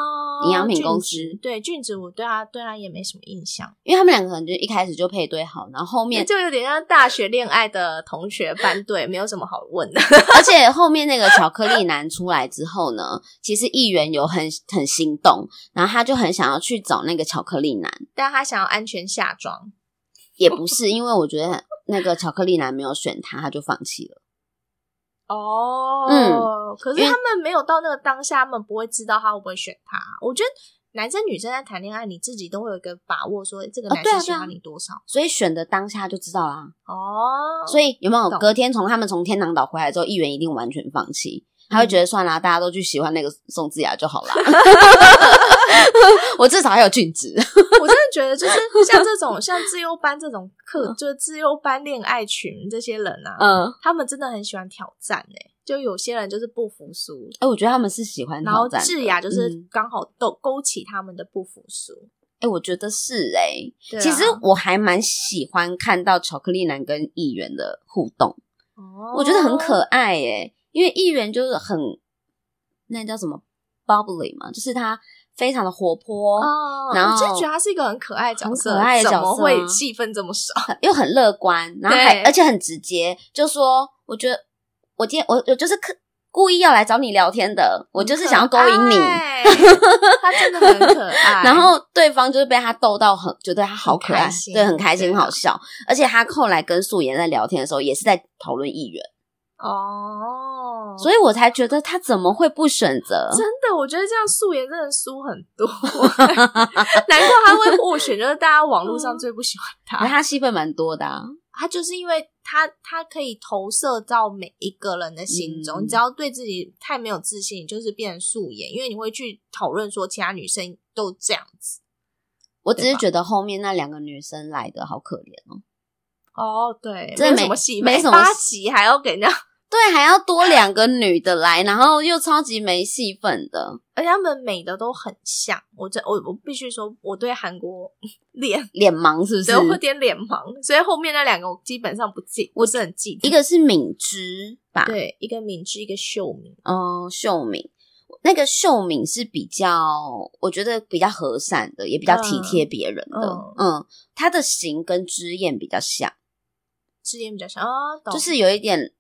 Speaker 1: 营养品公司
Speaker 2: 俊子对俊子，我对他对他也没什么印象，
Speaker 1: 因为他们两个人就一开始就配对好，然后后面
Speaker 2: 就有点像大学恋爱的同学班对，没有什么好问 [LAUGHS] 的。
Speaker 1: [LAUGHS] 而且后面那个巧克力男出来之后呢，其实议员有很很心动，然后他就很想要去找那个巧克力男，
Speaker 2: 但他想要安全下装，
Speaker 1: 也不是因为我觉得那个巧克力男没有选他，他就放弃了。
Speaker 2: 哦，
Speaker 1: 嗯，
Speaker 2: 可是
Speaker 1: 因为
Speaker 2: 他们没有到那个当下，他们不会知道他会不会选他。我觉得男生女生在谈恋爱，你自己都会有一个把握，说这个
Speaker 1: 哦
Speaker 2: 男
Speaker 1: 对啊
Speaker 2: 生喜
Speaker 1: 对啊
Speaker 2: 欢你多少。
Speaker 1: 所以选的当下就知道啦。
Speaker 2: 哦，
Speaker 1: 所以有没有
Speaker 2: 懂
Speaker 1: 隔天从他们从天堂岛回来之后，议员一定完全放弃，他会觉
Speaker 2: 嗯
Speaker 1: 得算啦，大家都去喜欢那个宋智雅就好啦。
Speaker 2: [LAUGHS]
Speaker 1: 我至少还有俊子，
Speaker 2: 我真的觉得，就是像这种像自优班这种课，就是自优班恋爱群这些人啊，
Speaker 1: 嗯，
Speaker 2: 他们真的很喜欢挑战哎、就有些人就是不服输，
Speaker 1: 哎、我觉得他们是喜欢
Speaker 2: 然后
Speaker 1: 挑战的，
Speaker 2: 智雅就是
Speaker 1: 嗯
Speaker 2: 刚好都勾起他们的不服输。
Speaker 1: 哎、我觉得是哎、
Speaker 2: 对啊
Speaker 1: 其实我还蛮喜欢看到巧克力男跟议员的互动，
Speaker 2: 哦
Speaker 1: 我觉得很可爱哎、因为议员就是很那叫什么 bubbly 嘛，就是他非常的活泼
Speaker 2: 哦，
Speaker 1: 然后
Speaker 2: 我真的觉得他是一个很可爱的角色，
Speaker 1: 很可爱的角色啊
Speaker 2: 怎么会戏份这么少？
Speaker 1: 很又很乐观，然后还
Speaker 2: 对
Speaker 1: 而且很直接，就说我觉得我今天我我就是刻故意要来找你聊天的，我就是想要勾引你。
Speaker 2: 很可爱他真的很可
Speaker 1: [LAUGHS]
Speaker 2: 爱。
Speaker 1: 然后对方就是被他逗到很，觉得他好可
Speaker 2: 很
Speaker 1: 爱
Speaker 2: 开，心
Speaker 1: 对，很开心，
Speaker 2: 对啊
Speaker 1: 好笑。而且他后来跟素颜在聊天的时候，也是在讨论议员，
Speaker 2: 哦，
Speaker 1: 所以我才觉得他怎么会不选择？
Speaker 2: 真的，我觉得这样素颜真的输很多，欸 [LAUGHS] 难怪他会获选，就是大家网络
Speaker 1: 嗯
Speaker 2: 上最不喜欢
Speaker 1: 可是
Speaker 2: 他。
Speaker 1: 他戏份蛮多的、啊，
Speaker 2: 他就是因为他，他可以投射到每一个人的心中。
Speaker 1: 嗯
Speaker 2: 你只要对自己太没有自信，你就是变成素颜，因为你会去讨论说其他女生都这样子。
Speaker 1: 我只
Speaker 2: 对
Speaker 1: 是
Speaker 2: 吧
Speaker 1: 觉得后面那两个女生来的好可怜哦。
Speaker 2: 哦，对，
Speaker 1: 真的
Speaker 2: 没有什
Speaker 1: 没
Speaker 2: 么戏，
Speaker 1: 没
Speaker 2: 没
Speaker 1: 什么
Speaker 2: 八
Speaker 1: 戏
Speaker 2: 集还要给人家
Speaker 1: 对，还要多两个女的来，然后又超级没戏份的，
Speaker 2: [LAUGHS] 而且他们美的都很像。我这我我必须说，我对韩 [LAUGHS] 国脸
Speaker 1: 脸盲是不是？
Speaker 2: 所以我有点脸盲，所以后面那两个我基本上不记，我是很记得
Speaker 1: 一个是敏之吧，
Speaker 2: 对一个敏智，一个秀敏。
Speaker 1: 嗯，秀敏，那个秀敏是比较，我觉得比较和善的，也比较体贴别人的，嗯她的型跟之燕比较像，
Speaker 2: 之前比较像啊，懂
Speaker 1: 就是有一点。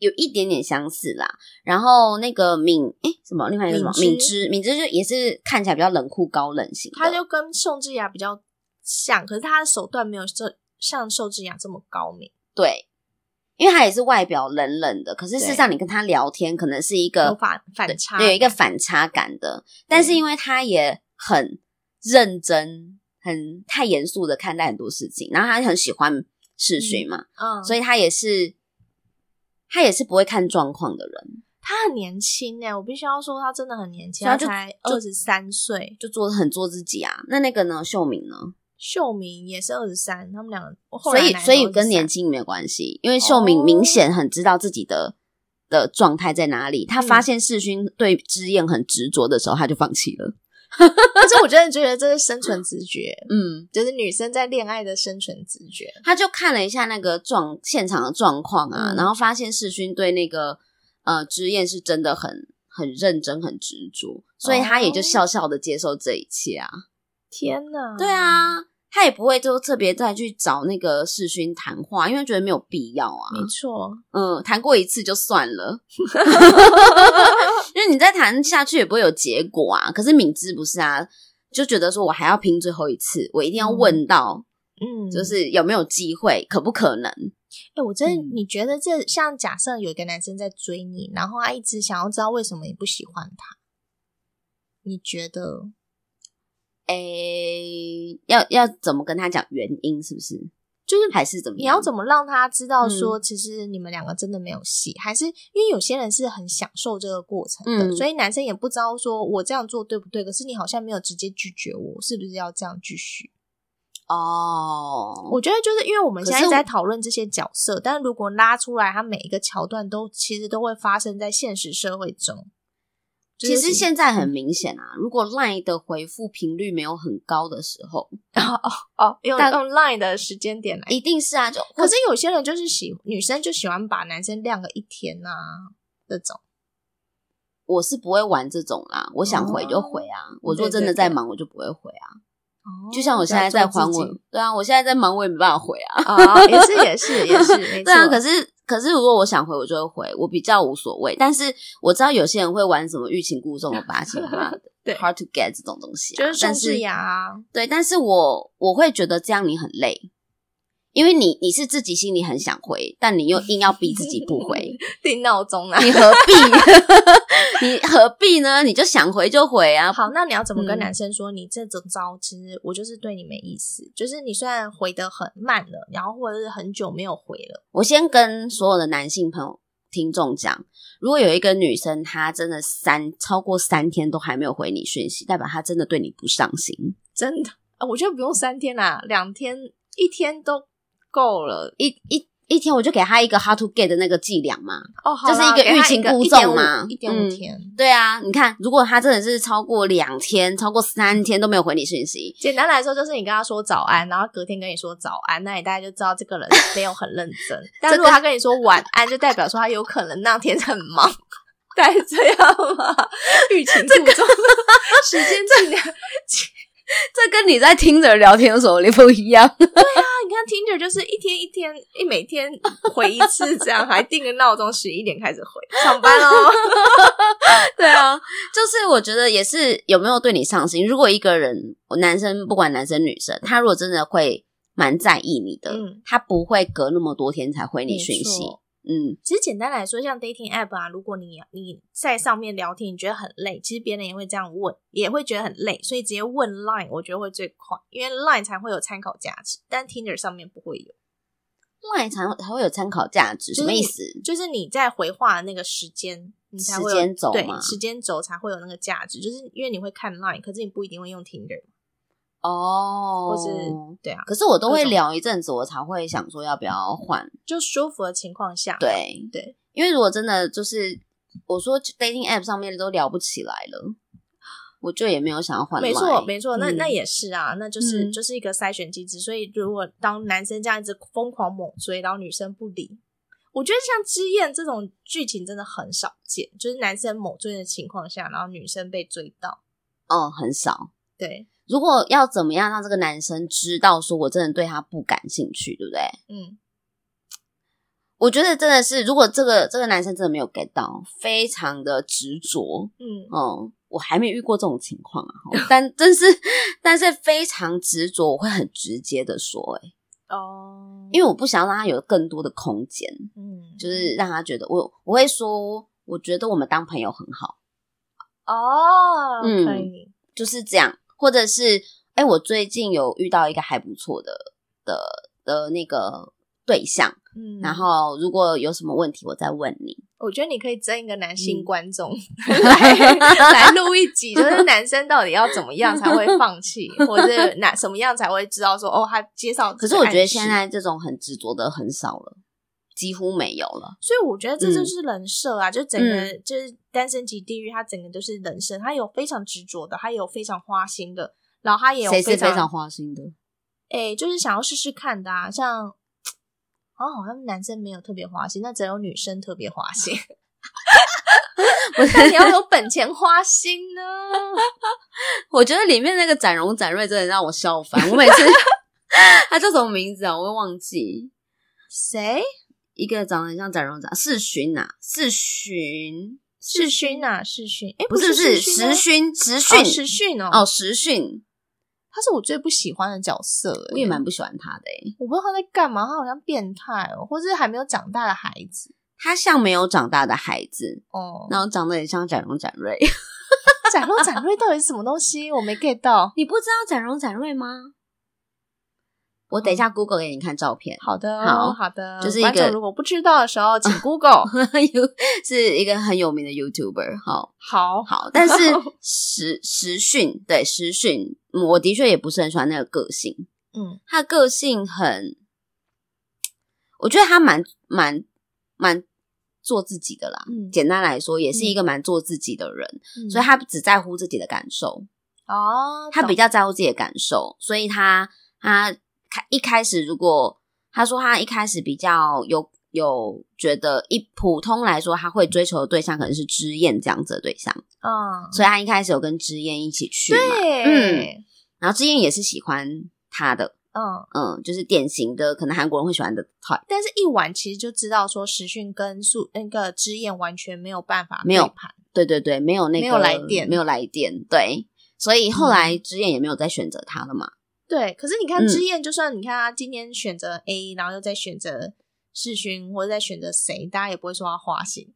Speaker 1: 有一点点相似啦，然后那个敏诶、什么另外一个什么
Speaker 2: 敏
Speaker 1: 敏之敏之就也是看起来比较冷酷高冷型的，
Speaker 2: 他就跟宋智雅比较像，可是他的手段没有这像宋智雅这么高明。
Speaker 1: 对，因为他也是外表冷冷的，可是事实
Speaker 2: 对
Speaker 1: 上你跟他聊天，可能是一个
Speaker 2: 有反反差，
Speaker 1: 对有一个反差感的。但是因为他也很认真、很太严肃的看待很多事情，然后他很喜欢试训嘛，
Speaker 2: 嗯，所
Speaker 1: 所
Speaker 2: 以
Speaker 1: 以他也是他也是不会看状况的人，
Speaker 2: 他很年轻哎，我必须要说他真的很年轻，
Speaker 1: 所以
Speaker 2: 他
Speaker 1: 他就
Speaker 2: 才二十三岁。
Speaker 1: 就做很做自己啊。那那个呢，秀敏呢？
Speaker 2: 秀明也是二十三，他们两个后
Speaker 1: 所
Speaker 2: 来
Speaker 1: 以
Speaker 2: 来
Speaker 1: 所以
Speaker 2: 都23
Speaker 1: 跟
Speaker 2: [LAUGHS]
Speaker 1: 年轻没有关系，因为秀敏
Speaker 2: 哦
Speaker 1: 明显很知道自己的。的状态在哪里？他发现世勋对之燕很执着的时候，他就放弃了。
Speaker 2: 但是我真的觉得这是生存直觉，
Speaker 1: 嗯，
Speaker 2: 就是女生在恋爱的生存直觉。
Speaker 1: 他就看了一下那个状现场的状况啊，
Speaker 2: 嗯
Speaker 1: 然后发现世勋对那个呃之燕是真的很很认真、很执着，所以他也就
Speaker 2: 哦
Speaker 1: 笑笑的接受这一切啊。
Speaker 2: 天哪！
Speaker 1: 对，啊，他也不会就特别再去找那个世勋谈话，因为觉得没有必要啊。
Speaker 2: 没错，
Speaker 1: 嗯，谈过一次就算
Speaker 2: [LAUGHS]
Speaker 1: 了，因为你再谈下去也不会有结果啊。可是敏芝不是啊，就觉得说我还要拼最后一次，我一定要问到，
Speaker 2: 嗯，
Speaker 1: 就是有没有机会，可不可能？
Speaker 2: 哎、我真的，
Speaker 1: 嗯
Speaker 2: 你觉得这像假设有一个男生在追你，然后他一直想要知道为什么你不喜欢他，你觉得？
Speaker 1: 诶、要要怎么跟他讲原因？是不是？就是还是怎么
Speaker 2: 你
Speaker 1: 样？
Speaker 2: 要怎么让他知道说，
Speaker 1: 嗯
Speaker 2: 其实你们两个真的没有戏？还是因为有些人是很享受这个过程的，
Speaker 1: 嗯
Speaker 2: 所以男生也不知道说我这样做对不对，可是你好像没有直接拒绝我，是不是要这样继续？
Speaker 1: 哦？
Speaker 2: 我觉得就是因为我们
Speaker 1: 可
Speaker 2: 现
Speaker 1: 是
Speaker 2: 在
Speaker 1: 我
Speaker 2: 在讨论这些角色，但如果拉出来，他每一个桥段都其实都会发生在现实社会中。就
Speaker 1: 其
Speaker 2: 是嗯
Speaker 1: 实现在很明显啊，如果 LINE 的回复频率没有很高的时候，
Speaker 2: 哦，用
Speaker 1: 但
Speaker 2: 用 Line 的时间点来
Speaker 1: 一定是啊，就
Speaker 2: 哎可是有些人就是喜女生就喜欢把男生晾个一天呐、啊，这种
Speaker 1: 我是不会玩这种啦，我想回就回啊。
Speaker 2: 哦
Speaker 1: 我如果真的在忙，我就不会回啊。就像我现在在还我， [LAUGHS] 对啊，我现在在忙，我也没办法回啊。
Speaker 2: 啊，也是也是也
Speaker 1: [LAUGHS]
Speaker 2: 是，没
Speaker 1: 对啊，
Speaker 2: 错
Speaker 1: 可是可是如果我想回，我就会回，我比较无所谓。但是我知道有些人会玩什么欲擒故纵的八仙花
Speaker 2: [LAUGHS] 对
Speaker 1: ，hard to get 这种东西、啊，
Speaker 2: 就是
Speaker 1: 但
Speaker 2: 宋
Speaker 1: 是
Speaker 2: 智雅啊，
Speaker 1: 对，但是我我会觉得这样你很累。因为你你是自己心里很想回，但你又硬要逼自己不
Speaker 2: [LAUGHS]
Speaker 1: 回，
Speaker 2: 定闹钟啊。
Speaker 1: 你何必？你何必呢？你就想回就回啊！
Speaker 2: [LAUGHS] 好，那你要怎么跟
Speaker 1: 嗯
Speaker 2: 男生说？你这种招，其实我就是对你没意思。就是你虽然回的很慢了，然后或者是很久没有回了，
Speaker 1: 我先跟所有的男性朋友、听众讲，如果有一个女生她真的三超过三天都还没有回你讯息，代表她真的对你不上心。
Speaker 2: 真的，啊我觉得不用三天啦，两天一天都够了。
Speaker 1: 一一一天我就给她一个 how to get 的那个伎俩嘛。
Speaker 2: 哦，好啦
Speaker 1: 就是一个
Speaker 2: 给他
Speaker 1: 欲擒故纵嘛
Speaker 2: 一点五
Speaker 1: 嗯
Speaker 2: 天。
Speaker 1: 对啊，你看，如果她真的是超过两天、超过三天都没有回你讯息，
Speaker 2: 简单来说，就是你跟他说早安，然后隔天跟你说早安，那你大概就知道这个人没有很认 [LAUGHS] 真。但如果他跟你说晚安，就代表说他有可能那天很忙，大概是这样吗？欲擒故纵，时间尽量。
Speaker 1: 这跟你在听着聊天有什么不一样？
Speaker 2: 那你看 Tinder 就是一天一天一每天回一次，这样还定个闹钟十一点开始回上班哦。 [LAUGHS]
Speaker 1: [LAUGHS] 对啊，就是我觉得也是有没有对你上心。如果一个人，男生不管男生女生，他如果真的会蛮在意你的，
Speaker 2: 嗯
Speaker 1: 他不会隔那么多天才回你
Speaker 2: 没
Speaker 1: 讯息
Speaker 2: 错。
Speaker 1: 嗯，
Speaker 2: 其实简单来说，像 dating app 啊，如果你你在上面聊天，你觉得很累，其实别人也会这样问，也会觉得很累，所以直接问 Line，我觉得会最快，因为 Line 才会有参考价值，但 Tinder 上面不会有。
Speaker 1: 赖才才会有参考价值，
Speaker 2: 就是
Speaker 1: 什么意思？
Speaker 2: 就是你在回话的那个时间，你才会有
Speaker 1: 时间轴
Speaker 2: 对
Speaker 1: 嘛
Speaker 2: 时间轴才会有那个价值，就是因为你会看 Line，可是你不一定会用 Tinder，
Speaker 1: 哦
Speaker 2: 或是对啊，
Speaker 1: 可是我都会
Speaker 2: 各种
Speaker 1: 聊一阵子，我才会想说要不要换。
Speaker 2: 就舒服的情况下，
Speaker 1: 对
Speaker 2: 对，
Speaker 1: 因为如果真的就是我说 dating app 上面都聊不起来了，我就也没有想要换 Line。
Speaker 2: 没错，没错，那、
Speaker 1: 嗯
Speaker 2: 那也是啊，那就是、
Speaker 1: 嗯
Speaker 2: 就是一个筛选机制。所以如果当男生这样一直疯狂猛追，然后女生不理，我觉得像之燕这种剧情真的很少见，就是男生猛追的情况下，然后女生被追到，
Speaker 1: 哦，很少。
Speaker 2: 对，
Speaker 1: 如果要怎么样让这个男生知道说我真的对他不感兴趣，对不对？
Speaker 2: 嗯，
Speaker 1: 我觉得真的是，如果这个这个男生真的没有 get 到，非常的执着，
Speaker 2: 嗯，
Speaker 1: 嗯，我还没遇过这种情况啊，但但是但是非常执着，我会很直接的说、欸，
Speaker 2: 哦，
Speaker 1: 因为我不想让他有更多的空间，
Speaker 2: 嗯，
Speaker 1: 就是让他觉得我我会说，我觉得我们当朋友很好，
Speaker 2: 哦，
Speaker 1: 嗯
Speaker 2: 可以，
Speaker 1: 就是这样，或者是哎、我最近有遇到一个还不错的的的那个对象，
Speaker 2: 嗯，
Speaker 1: 然后如果有什么问题我再问 [LAUGHS] 你，
Speaker 2: 我觉得你可以争一个男性
Speaker 1: 嗯
Speaker 2: 观众
Speaker 1: [LAUGHS]
Speaker 2: 来来录一集，就是男生到底要怎么样才会
Speaker 1: [LAUGHS]
Speaker 2: 放弃，或者是哪什么样才会知道说哦，他介绍。
Speaker 1: 可是我觉得现，在这种很执着的很少了，几乎没有了。
Speaker 2: 所以我觉得这就是人设
Speaker 1: 嗯
Speaker 2: 啊，就整个就是单身级地狱，他整个都是人生，他有非常执着的，他也有非常花心的，然后他也有
Speaker 1: 谁是非
Speaker 2: 常
Speaker 1: 常花心的？
Speaker 2: 哎、就是想要试试看的啊，像。好像好像男生没有特别花心，那只有女生特别花
Speaker 1: [LAUGHS]
Speaker 2: 心。
Speaker 1: 我觉
Speaker 2: 那
Speaker 1: 得
Speaker 2: 你要有本钱花心呢？
Speaker 1: 我觉得里面那个展荣展瑞真的让我笑翻。我每 [LAUGHS] 次他叫什么名字啊？我会忘记。
Speaker 2: 谁？
Speaker 1: 一个长得很像展荣展世勋呐，世勋
Speaker 2: 世勋啊，世勋，哎，
Speaker 1: 不是不是
Speaker 2: 世
Speaker 1: 时勋时勋
Speaker 2: 勋啊，哦世勋哦，
Speaker 1: 哦时勋，
Speaker 2: 他是我最不喜欢的角色，诶
Speaker 1: 我也蛮不喜欢他的欸诶、
Speaker 2: 我不知道他在干嘛，他好像变态哦，或是还没有长大的孩子
Speaker 1: 他像没有长大的孩子，
Speaker 2: 哦。
Speaker 1: 然后长得很像展荣展瑞。
Speaker 2: 展露展瑞到底是什么东西？我没 get 到。
Speaker 1: 你不知道展荣展瑞吗？我等一下 Google 给你看照 [LAUGHS] 片，
Speaker 2: 好的，
Speaker 1: 好
Speaker 2: 好的，
Speaker 1: 就是一
Speaker 2: 观众
Speaker 1: 个
Speaker 2: 如果不知道的时候，
Speaker 1: [LAUGHS]
Speaker 2: 请 Google。
Speaker 1: 有是一个很有名的 YouTuber。好，
Speaker 2: 好，
Speaker 1: 好，但是时时讯对时讯，嗯我的确也不是很喜欢那个个性。
Speaker 2: [LAUGHS] 嗯，
Speaker 1: 他的个性很，我觉得他蛮蛮蛮做自己的啦。
Speaker 2: 嗯
Speaker 1: 简单来说，也是一个蛮做自己的人，
Speaker 2: 嗯
Speaker 1: 所以他只在乎自己的感受，
Speaker 2: 哦，
Speaker 1: 他比
Speaker 2: 较
Speaker 1: 较在乎自己的感受，所以他他开一开始如果他说他一开始比较有有觉得一普通来说，他会追求的对象可能是知燕这样子的对象，
Speaker 2: 嗯，
Speaker 1: 所以他一开始有跟知燕一起去嘛，嗯
Speaker 2: 对，
Speaker 1: 然后知燕也是喜欢他的，
Speaker 2: 嗯，
Speaker 1: 嗯，就是典型的可能韩国人会喜欢的 type，
Speaker 2: 但是一晚其实就知道说时讯跟素那个之燕完全没有办法
Speaker 1: 没有
Speaker 2: 对盘，
Speaker 1: 对对对，没有那个
Speaker 2: 没有来电嗯
Speaker 1: 没有来电，对，所以后来知燕也没有再选择他了嘛，
Speaker 2: 对，可是你看
Speaker 1: 嗯
Speaker 2: 之燕，就算你看他今天选择 A，然后又再选择世勋，或者再选择谁，大家也不会说他花心，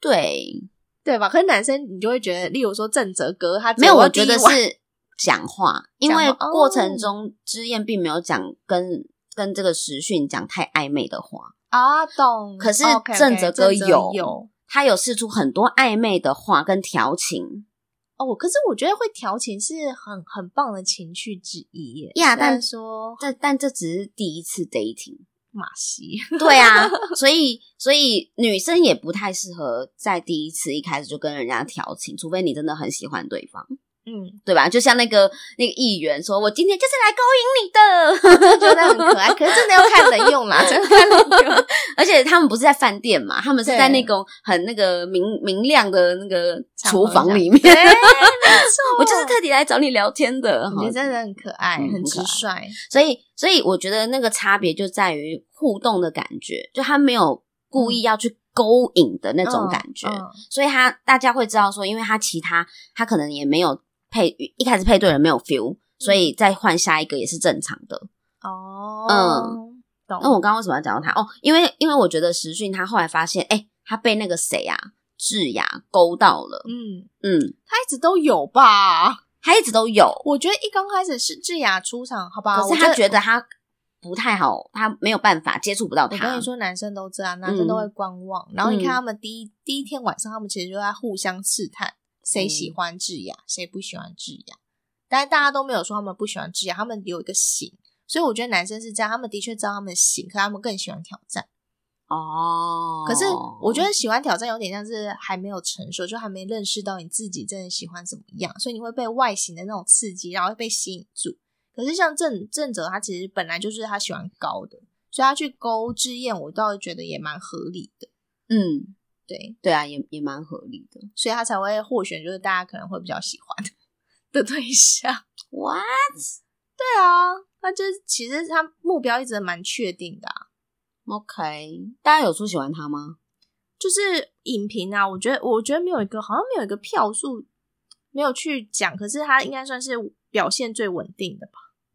Speaker 1: 对，
Speaker 2: 对吧？可是男生你就会觉得，例如说郑哲哥，他只
Speaker 1: 没有，
Speaker 2: 到
Speaker 1: 我觉
Speaker 2: 第一
Speaker 1: 得
Speaker 2: 晚
Speaker 1: 是讲
Speaker 2: [LAUGHS]
Speaker 1: 话，因为
Speaker 2: 讲话哦
Speaker 1: 过程中知燕并没有讲跟跟这个时讯讲太暧昧的话，
Speaker 2: 啊，懂。
Speaker 1: 可是
Speaker 2: OK，OK，
Speaker 1: 郑哲哥有
Speaker 2: 有
Speaker 1: 他有试出很多暧昧的话跟调情
Speaker 2: 哦，可是我觉得会调情是很很棒的情趣之一耶。
Speaker 1: 呀
Speaker 2: 虽然
Speaker 1: 但
Speaker 2: 说
Speaker 1: 但但这只是第一次
Speaker 2: [LAUGHS]
Speaker 1: dating，
Speaker 2: 马西，
Speaker 1: 对啊，所以所以女生也不太适合在第一次一开始就跟人家调情，除非你真的很喜欢对方，
Speaker 2: 嗯， [LAUGHS]
Speaker 1: 对吧？就像那个那个议员说，我今天就是来勾引你的， [LAUGHS]
Speaker 2: 觉得很可爱。可是真的要看人用啦，真的看人用。
Speaker 1: 而且他们不是在饭店嘛，他们是
Speaker 2: 对
Speaker 1: 在那种很那个明明亮的那个
Speaker 2: 场
Speaker 1: 厨
Speaker 2: 合
Speaker 1: 房
Speaker 2: 下
Speaker 1: 里
Speaker 2: 对，
Speaker 1: 面。
Speaker 2: 没错，
Speaker 1: 我就是特地来找你聊天的，
Speaker 2: 你
Speaker 1: 哈
Speaker 2: 真的很可爱，
Speaker 1: 嗯
Speaker 2: 很
Speaker 1: 很可
Speaker 2: 直
Speaker 1: 爱
Speaker 2: 率。
Speaker 1: 所以所以我觉得那个差别就在于互动的感觉，就他没有故意要去勾引的那种
Speaker 2: 嗯
Speaker 1: 感觉，
Speaker 2: 嗯
Speaker 1: 所以他大家会知道说，因为他其他他可能也没有配一开始配对人没有 feel，所
Speaker 2: 嗯
Speaker 1: 以再换下一个也是正常的。
Speaker 2: 哦，
Speaker 1: 嗯，
Speaker 2: 懂。
Speaker 1: 那我刚刚为什么要讲到他？哦，因为因为我觉得时讯他后来发现，哎、他被那个谁啊，智雅勾到了，
Speaker 2: 嗯，
Speaker 1: 嗯，
Speaker 2: 他一直都有吧？
Speaker 1: 他一直都有，
Speaker 2: 我觉得一刚开始是智雅出场，好吧？
Speaker 1: 可是他觉得他不太好，他没有办法接触不到
Speaker 2: 我。我跟
Speaker 1: 他嗯
Speaker 2: 你。说，男生都这样，男生都会观望。然后你看他们第一、第一天晚上，他们其实就在互相试探，谁喜欢智
Speaker 1: 嗯
Speaker 2: 雅，谁不喜欢智雅。但是大家都没有说他们不喜欢智雅，他们有一个型。所以我觉得男生是这样，他们的确知道他们的型，可他们更喜欢挑战。
Speaker 1: 哦，
Speaker 2: 可是我觉得喜欢挑战有点像是还没有成熟，就还没认识到你自己真的喜欢怎么样，所以你会被外形的那种刺激，然后被吸引住。可是像郑郑哲，他其实本来就是他喜欢高的，所以他去勾志燕，我倒是觉得也蛮合理的，
Speaker 1: 嗯，
Speaker 2: 对，
Speaker 1: 对啊，也也蛮合理的。
Speaker 2: 所以他才会获选，就是大家可能会比较喜欢的 [LAUGHS] 对象。
Speaker 1: 哇，
Speaker 2: 对啊，他就是其实他目标一直蛮确定的啊、
Speaker 1: OK，大家有说喜欢他吗？
Speaker 2: 就是影评啊，我觉得我觉得没有一个好像没有一个票数没有去讲，可是他应该算是表现最稳定的吧。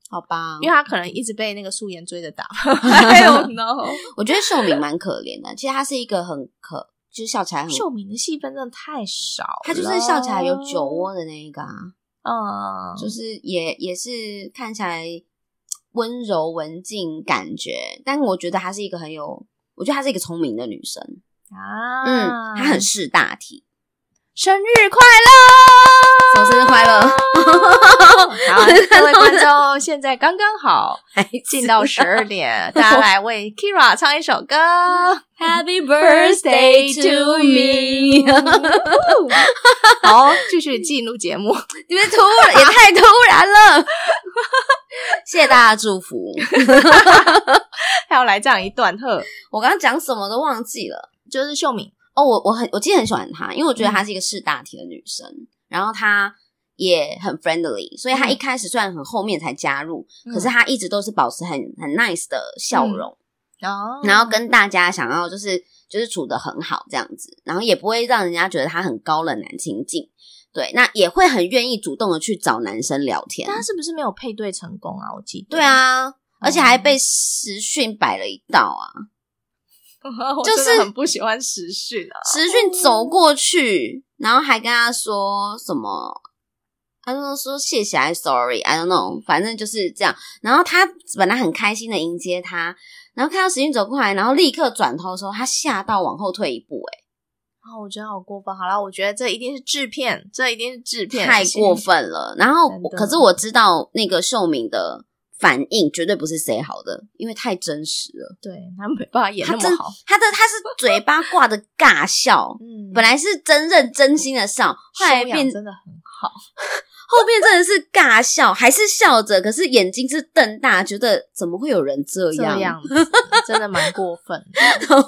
Speaker 1: 好吧
Speaker 2: 因，为他可能一直被那个素颜追
Speaker 1: [LAUGHS]
Speaker 2: 着打。I don't know。
Speaker 1: 我觉得秀敏蛮可怜的，其实她是一个很可，就是笑起来很，
Speaker 2: 秀敏的戏份真的太少了，
Speaker 1: 她就是笑起来有酒窝的那一个啊，
Speaker 2: 嗯，
Speaker 1: 就是也也是看起来温柔文静感觉，但我觉得她是一个很有，我觉得她是一个聪明的女生，
Speaker 2: 啊，
Speaker 1: 嗯，她很识大体，
Speaker 2: 生日快乐，
Speaker 1: 什么生日快乐
Speaker 2: [LAUGHS]
Speaker 1: [LAUGHS]
Speaker 2: 好，各位观众，现在刚刚好进到十二点，大家来为 Kira 唱一首歌。
Speaker 1: [LAUGHS] Happy
Speaker 2: [LAUGHS] birthday to me [LAUGHS] 好，继续进入节目。
Speaker 1: [LAUGHS] 你们突然也太突然了，谢谢大家祝福。
Speaker 2: [LAUGHS]
Speaker 1: [LAUGHS]
Speaker 2: 还要来这样一段呵，
Speaker 1: 我刚刚讲什么都忘记了。
Speaker 2: 就是秀敏，
Speaker 1: 哦，我我很我其实很喜欢她，因为我觉得
Speaker 2: 嗯
Speaker 1: 她是一个识大体的女生，然后她也很 friendly，所以
Speaker 2: 嗯
Speaker 1: 她一开始虽然很后面才加入，可是她一直都是保持很很 nice 的笑
Speaker 2: 嗯
Speaker 1: 容，
Speaker 2: 哦，
Speaker 1: 然后跟大家想要就是就是处的很好这样子，然后也不会让人家觉得她很高冷难亲近。对，那也会很愿意主动的去找男生聊天。
Speaker 2: 但他是不是没有配对成功啊？我记得，
Speaker 1: 对，啊，而且还被时讯摆了一道啊，
Speaker 2: [LAUGHS] 我
Speaker 1: 就是
Speaker 2: 真的很不喜欢时讯啊。
Speaker 1: 时讯走过去，然后还跟他说什么？他说说谢谢，I sorry，I don't know，反正就是这样。然后他本来很开心的迎接他，然后看到时讯走过来，然后立刻转头的时候，他吓到往后退一步、欸，
Speaker 2: 啊，我觉得好过分。好了，我觉得这一定是制片，这一定是制片，
Speaker 1: 太过分了。然后我
Speaker 2: 啊真的
Speaker 1: 可是我知道那个秀敏的反应绝对不是谁好的，因为太真实了。
Speaker 2: 对他没办法演那
Speaker 1: 他真
Speaker 2: 么好。
Speaker 1: 他的他是嘴巴挂的尬
Speaker 2: [LAUGHS]
Speaker 1: 笑，
Speaker 2: 嗯
Speaker 1: 本来是真认真心的笑，后来
Speaker 2: 修养
Speaker 1: 变
Speaker 2: 真的很好，
Speaker 1: 后面真的是尬笑，还是笑着，可是眼睛是瞪大，觉得怎么会有人这
Speaker 2: 这
Speaker 1: 样？
Speaker 2: [LAUGHS] 样子真的蛮过分 [LAUGHS] 的。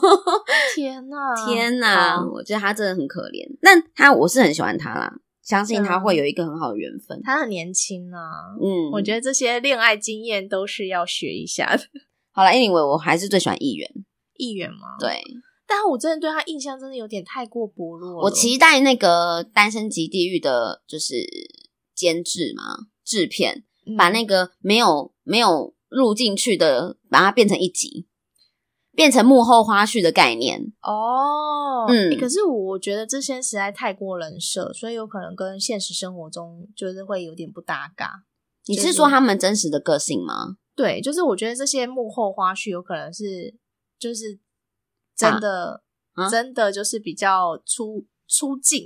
Speaker 2: 天哪，
Speaker 1: 天哪！
Speaker 2: 好！
Speaker 1: 我觉得他真的很可怜，但他我是很喜欢他啦，相信他
Speaker 2: 对啊
Speaker 1: 会有一个很好的缘分。
Speaker 2: 他很年轻啊，
Speaker 1: 嗯，
Speaker 2: 我觉
Speaker 1: 得
Speaker 2: 得这些恋爱经验都是要学一下的。 [LAUGHS]
Speaker 1: 好了，anyway，我还是最喜欢议员。
Speaker 2: 议员吗？，
Speaker 1: 对
Speaker 2: 但我真的对他印象真的有点太过薄弱了。
Speaker 1: 我期待那个《单身级地狱》的，就是监制嘛，制片
Speaker 2: 嗯
Speaker 1: 把那个没有没有录进去的，把它变成一集，变成幕后花絮的概念。
Speaker 2: 哦，
Speaker 1: 嗯
Speaker 2: 欸可是我觉得这些实在太过人设，所以有可能跟现实生活中就是会有点不搭嘎。
Speaker 1: 你
Speaker 2: 就是是
Speaker 1: 说他们真实的个性吗？
Speaker 2: 对，就是我觉得这些幕后花絮有可能是就是真的、
Speaker 1: 啊啊
Speaker 2: 真的就是比较出出镜，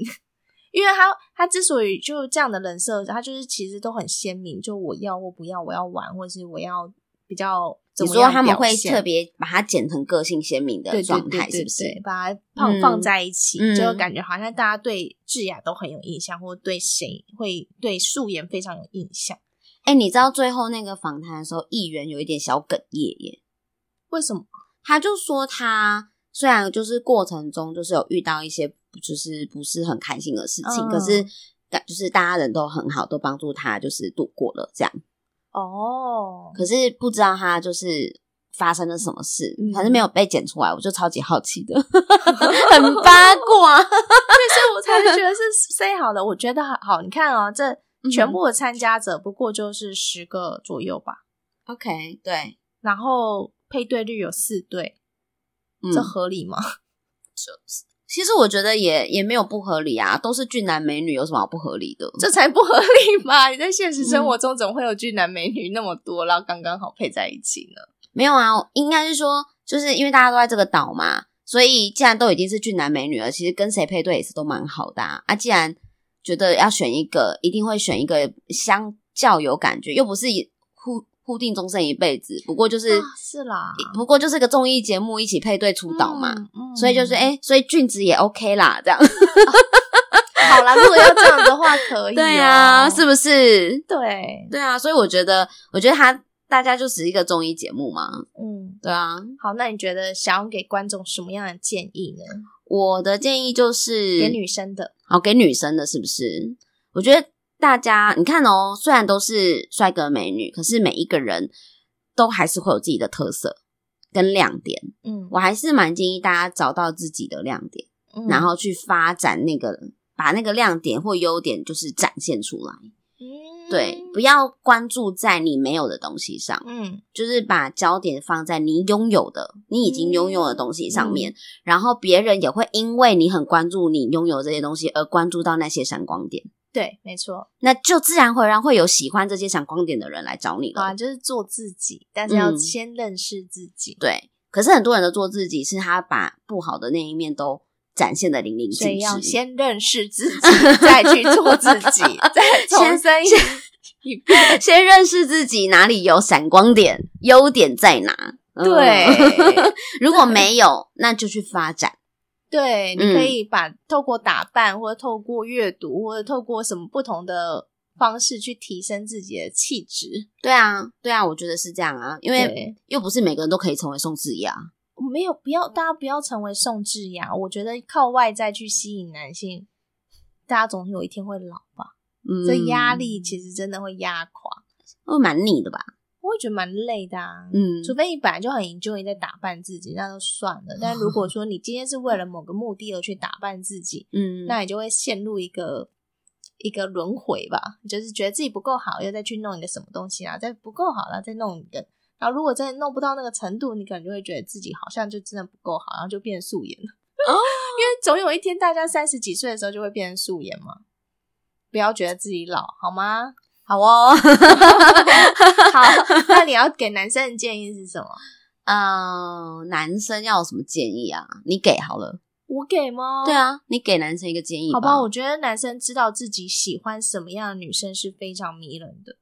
Speaker 2: 因为他他之所以就这样的人设，他就是其实都很鲜明，就我要我不要，我要玩，或是我要比较怎
Speaker 1: 你
Speaker 2: 么
Speaker 1: 说
Speaker 2: 样
Speaker 1: 他们
Speaker 2: 表
Speaker 1: 会
Speaker 2: 现
Speaker 1: 特别把它剪成个性鲜明的
Speaker 2: 对对
Speaker 1: 状态，
Speaker 2: 对对
Speaker 1: 是不是？
Speaker 2: 对把它放
Speaker 1: 嗯
Speaker 2: 放在一起，
Speaker 1: 嗯
Speaker 2: 就感觉好像大家对智雅都很有印象，或对谁会对素颜非常有印象。
Speaker 1: 哎、你知道最后那个访谈的时候，议员有一点小哽咽耶，
Speaker 2: 为什么？
Speaker 1: 他就说他虽然就是过程中就是有遇到一些就是不是很开心的事情，
Speaker 2: 嗯
Speaker 1: 可是感就是大家人都很好，都帮助他就是度过了这样。
Speaker 2: 哦，
Speaker 1: 可是不知道他就是发生了什么事，
Speaker 2: 嗯
Speaker 1: 还是没有被剪出来，我就超级好奇的， [LAUGHS] 很八卦。
Speaker 2: 对，所以我才觉得是
Speaker 1: [LAUGHS]
Speaker 2: say 好的。我觉得好，你看哦，这
Speaker 1: 嗯
Speaker 2: 全部的参加者不过就是十个左右吧，
Speaker 1: OK，对，
Speaker 2: 然后配对率有四对，
Speaker 1: 嗯
Speaker 2: 这合理吗？
Speaker 1: 其实我觉得也也没有不合理啊，都是俊男美女，有什么好不合理的？
Speaker 2: 这才不合理吧？你在现实
Speaker 1: 嗯
Speaker 2: 生活中怎么会有俊男美女那么多，然后刚刚好配在一起呢？
Speaker 1: 没有啊，应该是说，就是因为大家都在这个岛嘛，所以既然都已经是俊男美女了，其实跟谁配对也是都蛮好的啊。啊，既然觉得要选一个，一定会选一个相较有感觉，又不是固固定终身一辈子，不过就是、
Speaker 2: 啊是啦，
Speaker 1: 不过就是个综艺节目一起配对出道嘛。
Speaker 2: 嗯，嗯
Speaker 1: 所以就是哎、所以俊子也 OK 啦，这样
Speaker 2: [LAUGHS] 好啦，如果要这样的话，可以、哦。
Speaker 1: 对啊，是不是？
Speaker 2: 对，
Speaker 1: 对啊，所以我觉得，我觉得他大家就只是一个综艺节目嘛，
Speaker 2: 嗯，
Speaker 1: 对啊。
Speaker 2: 好，那你觉得想要给观众什么样的建议呢？
Speaker 1: 我的建议就是
Speaker 2: 给女生的，
Speaker 1: 好给女生的，是不是？我觉得大家你看哦，虽然都是帅哥美女，可是每一个人都还是会有自己的特色跟亮点。
Speaker 2: 嗯，
Speaker 1: 我还是蛮建议大家找到自己的亮点，
Speaker 2: 嗯
Speaker 1: 然，后去发展那个，把那个亮点或优点就是展现出来。
Speaker 2: 嗯
Speaker 1: 对，不要关注在你没有的东西上，
Speaker 2: 嗯
Speaker 1: 就是把焦点放在你拥有的、你已经拥有
Speaker 2: 嗯
Speaker 1: 的东西上面，然后别人也会因为你很关注你拥有这些东西而关注到那些闪光点，
Speaker 2: 对，没错
Speaker 1: 那就自然而然会有喜欢这些闪光点的人来找你了。
Speaker 2: 啊，就是做自己，但是要
Speaker 1: 嗯
Speaker 2: 先认识自己，
Speaker 1: 对，可是很多人的做自己是他把不好的那一面都展现的淋漓
Speaker 2: 所以
Speaker 1: 尽
Speaker 2: 要
Speaker 1: 致。
Speaker 2: 先认识自己，再去做自
Speaker 1: [LAUGHS]
Speaker 2: 己，再重生一一遍。
Speaker 1: 先认识自己哪里有闪光点，优点在哪。嗯
Speaker 2: 对
Speaker 1: 如果没有，那就去发展。
Speaker 2: 对，你
Speaker 1: 嗯
Speaker 2: 可以把透过打扮，或者透过阅读，或者透过什么不同的方式去提升自己的气质。
Speaker 1: 对啊，对啊，我觉得是这样啊，因为
Speaker 2: 对，
Speaker 1: 又不是每个人都可以成为宋智雅。
Speaker 2: 没有不要，大家不要成为宋智雅。我觉得靠外在去吸引男性，大家总有一天会老吧。
Speaker 1: 嗯，
Speaker 2: 这压力其实真的会压垮，
Speaker 1: 会蛮腻的吧？
Speaker 2: 我会觉得蛮累的啊。
Speaker 1: 嗯，
Speaker 2: 除非你本来就很 enjoy 在打扮自己，那就算了。但
Speaker 1: [LAUGHS]
Speaker 2: 如果说你今天是为了某个目的而去打扮自己，
Speaker 1: 嗯，
Speaker 2: 那你就会陷入一个一个轮回吧，就是觉得自己不够好，又再去弄一个什么东西啊，再不够好了，再弄一个。然后如果真的弄不到那个程度，你可能就会觉得自己好像就真的不够好，然后就变素颜了。
Speaker 1: 哦
Speaker 2: [LAUGHS] 因为总有一天大家三十几岁的时候就会变成素颜嘛。不要觉得自己老好吗？ [LAUGHS]
Speaker 1: 好哦。 [LAUGHS]
Speaker 2: 好，那你要给男生的建议是什么？
Speaker 1: 嗯，男生要有什么建议啊？你给好了。
Speaker 2: 我给吗？
Speaker 1: 对啊，你给男生一个建议
Speaker 2: 哦好吧，
Speaker 1: 吧，
Speaker 2: 我觉得男生知道自己喜欢什么样的女生是非常迷人
Speaker 1: 嗯
Speaker 2: 的，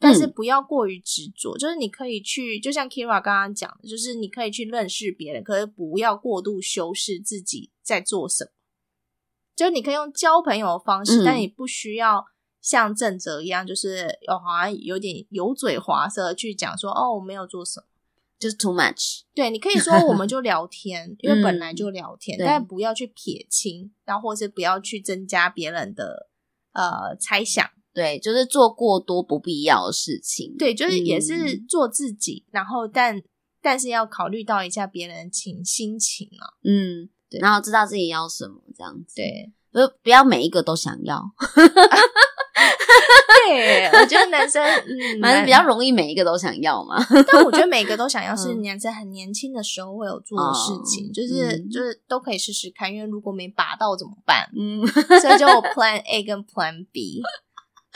Speaker 2: 但是不要过于执着。就是你可以去，就像 Kira 刚刚讲的，就是你可以去认识别人，可是不要过度修饰自己在做什么。就是你可以用交朋友的方
Speaker 1: 嗯
Speaker 2: 式，但你不需要像正则一样，就是有好像有点油嘴滑舌去讲说哦，我没有做什么。
Speaker 1: 就是 too much。
Speaker 2: 对，你可以说我们就
Speaker 1: [LAUGHS]
Speaker 2: 聊天，因为本来就聊天，
Speaker 1: 嗯对
Speaker 2: 但不要去撇清，然后或是不要去增加别人的呃猜想。
Speaker 1: 对，就是做过多不必要的事情。
Speaker 2: 对，就是也是
Speaker 1: 嗯
Speaker 2: 做自己，然后但但是要考虑到一下别人的情心情啊。
Speaker 1: 嗯，然后知道自己要什么这样子。，
Speaker 2: 对，
Speaker 1: 不不要每一个都想要，
Speaker 2: [LAUGHS] 嗯对，我觉得男生
Speaker 1: 反正
Speaker 2: 嗯，蛮
Speaker 1: 比较，容易每一个都想要嘛。
Speaker 2: 但我觉得每个都想要是
Speaker 1: 嗯
Speaker 2: 男生很年轻的时候会有做的事情，
Speaker 1: 哦
Speaker 2: 就是、
Speaker 1: 嗯
Speaker 2: 就是都可以试试看，因为如果没拔到怎么办？
Speaker 1: 嗯，
Speaker 2: 所以就有 Plan A 跟 Plan B，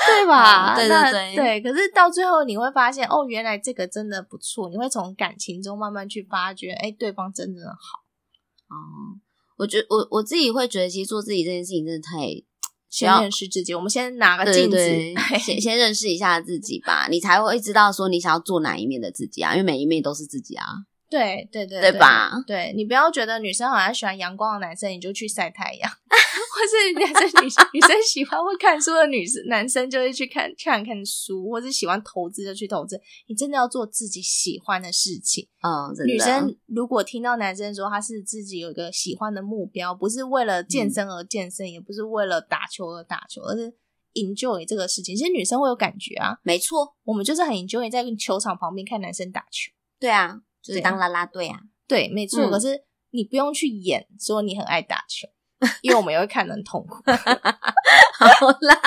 Speaker 2: 对吧？
Speaker 1: 嗯对
Speaker 2: 那
Speaker 1: 对
Speaker 2: 对。可是到最后你会发现，哦，原来这个真的不错，你会从感情中慢慢去发掘，哎，对方真的好。
Speaker 1: [LAUGHS] 哦，我觉我我自己会觉得，其实做自己这件事情真的太
Speaker 2: 先认识自己，我们先拿个
Speaker 1: 对
Speaker 2: 镜子，
Speaker 1: 对对，
Speaker 2: 哎 [LAUGHS]
Speaker 1: 先先认识一下自己吧，你才会知道说你想要做哪一面的自己啊，因为每一面都是自己啊。
Speaker 2: 对对对
Speaker 1: 对吧
Speaker 2: 对你不要觉得女生好像喜欢阳光的男生，你就去晒太阳， [LAUGHS] 或是男生女女生喜欢会看书的女生，男生就会去看看看书，或是喜欢投资就去投资。你真的要做自己喜欢的事情。
Speaker 1: 嗯，真的。
Speaker 2: 女生如果听到男生说他是自己有一个喜欢的目标，不是为了
Speaker 1: 嗯
Speaker 2: 健身而健身，也不是为了打球而打球，而是 enjoy 这个事情。其实女生会有感觉啊，
Speaker 1: 没错，
Speaker 2: 我们就是很 enjoy 在球场旁边看男生打球。
Speaker 1: 对啊，就是
Speaker 2: 对
Speaker 1: 当啦啦队啊。
Speaker 2: 对，没错。
Speaker 1: 嗯
Speaker 2: 可是你不用去演说你很爱打
Speaker 1: [LAUGHS]
Speaker 2: 球，因为我们也会看得很痛苦。
Speaker 1: 好啦，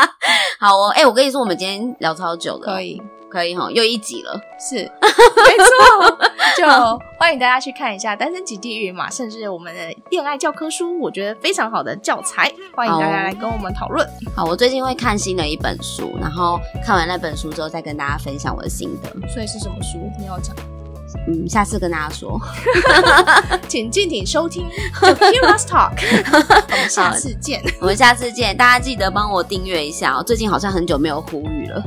Speaker 1: 好哦，哎、我跟你说，我们今天聊超久的，
Speaker 2: 可以，
Speaker 1: 可以哈，又一集了。 [LAUGHS]
Speaker 2: 是没错。 [LAUGHS] 就欢迎大家去看一下《单身即地狱》嘛，甚至我们的恋爱教科书，我觉得非常好的教材，欢迎大
Speaker 1: 好
Speaker 2: 家
Speaker 1: 哦
Speaker 2: 来跟我们讨论。
Speaker 1: 好，我最近会看新的一本书，然后看完那本书之后再跟大家分享我的心得。
Speaker 2: 所以是什么书？你要讲， [LAUGHS]
Speaker 1: 嗯，下次跟大家说。
Speaker 2: 请敬请收听 The Curious
Speaker 1: [LAUGHS]
Speaker 2: Talk，我们下次见，
Speaker 1: 我们下次见，大家记得帮我订阅一下哦。最近好像很久没有呼吁了，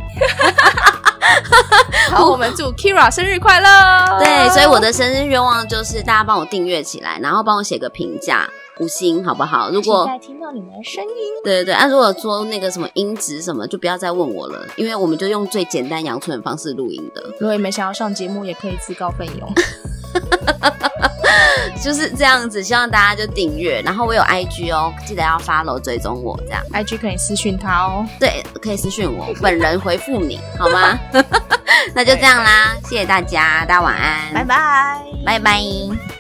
Speaker 2: 好，我们祝 Kira 生日快乐。
Speaker 1: 对，所以我的生日愿望就是大家帮我订阅起来，然后帮我写个评价，五星好不好？如
Speaker 2: 期
Speaker 1: 果
Speaker 2: 待听到你们的声音。
Speaker 1: 对对对，啊，如果说那个什么音质什么，就不要再问我了，因为我们就用最简单阳春的方式录音的，
Speaker 2: 如果你们想要上节目，也可以自告奋勇。
Speaker 1: 就是这样子。希望大家就订阅，然后我有 IG 哦，记得要 follow 追踪我这样。
Speaker 2: IG 可以私讯他哦。
Speaker 1: 对，可以私讯我，本人回复你好 [LAUGHS] 吗？那就这样啦，谢谢大家，大家晚安，
Speaker 2: 拜，拜，
Speaker 1: 拜拜。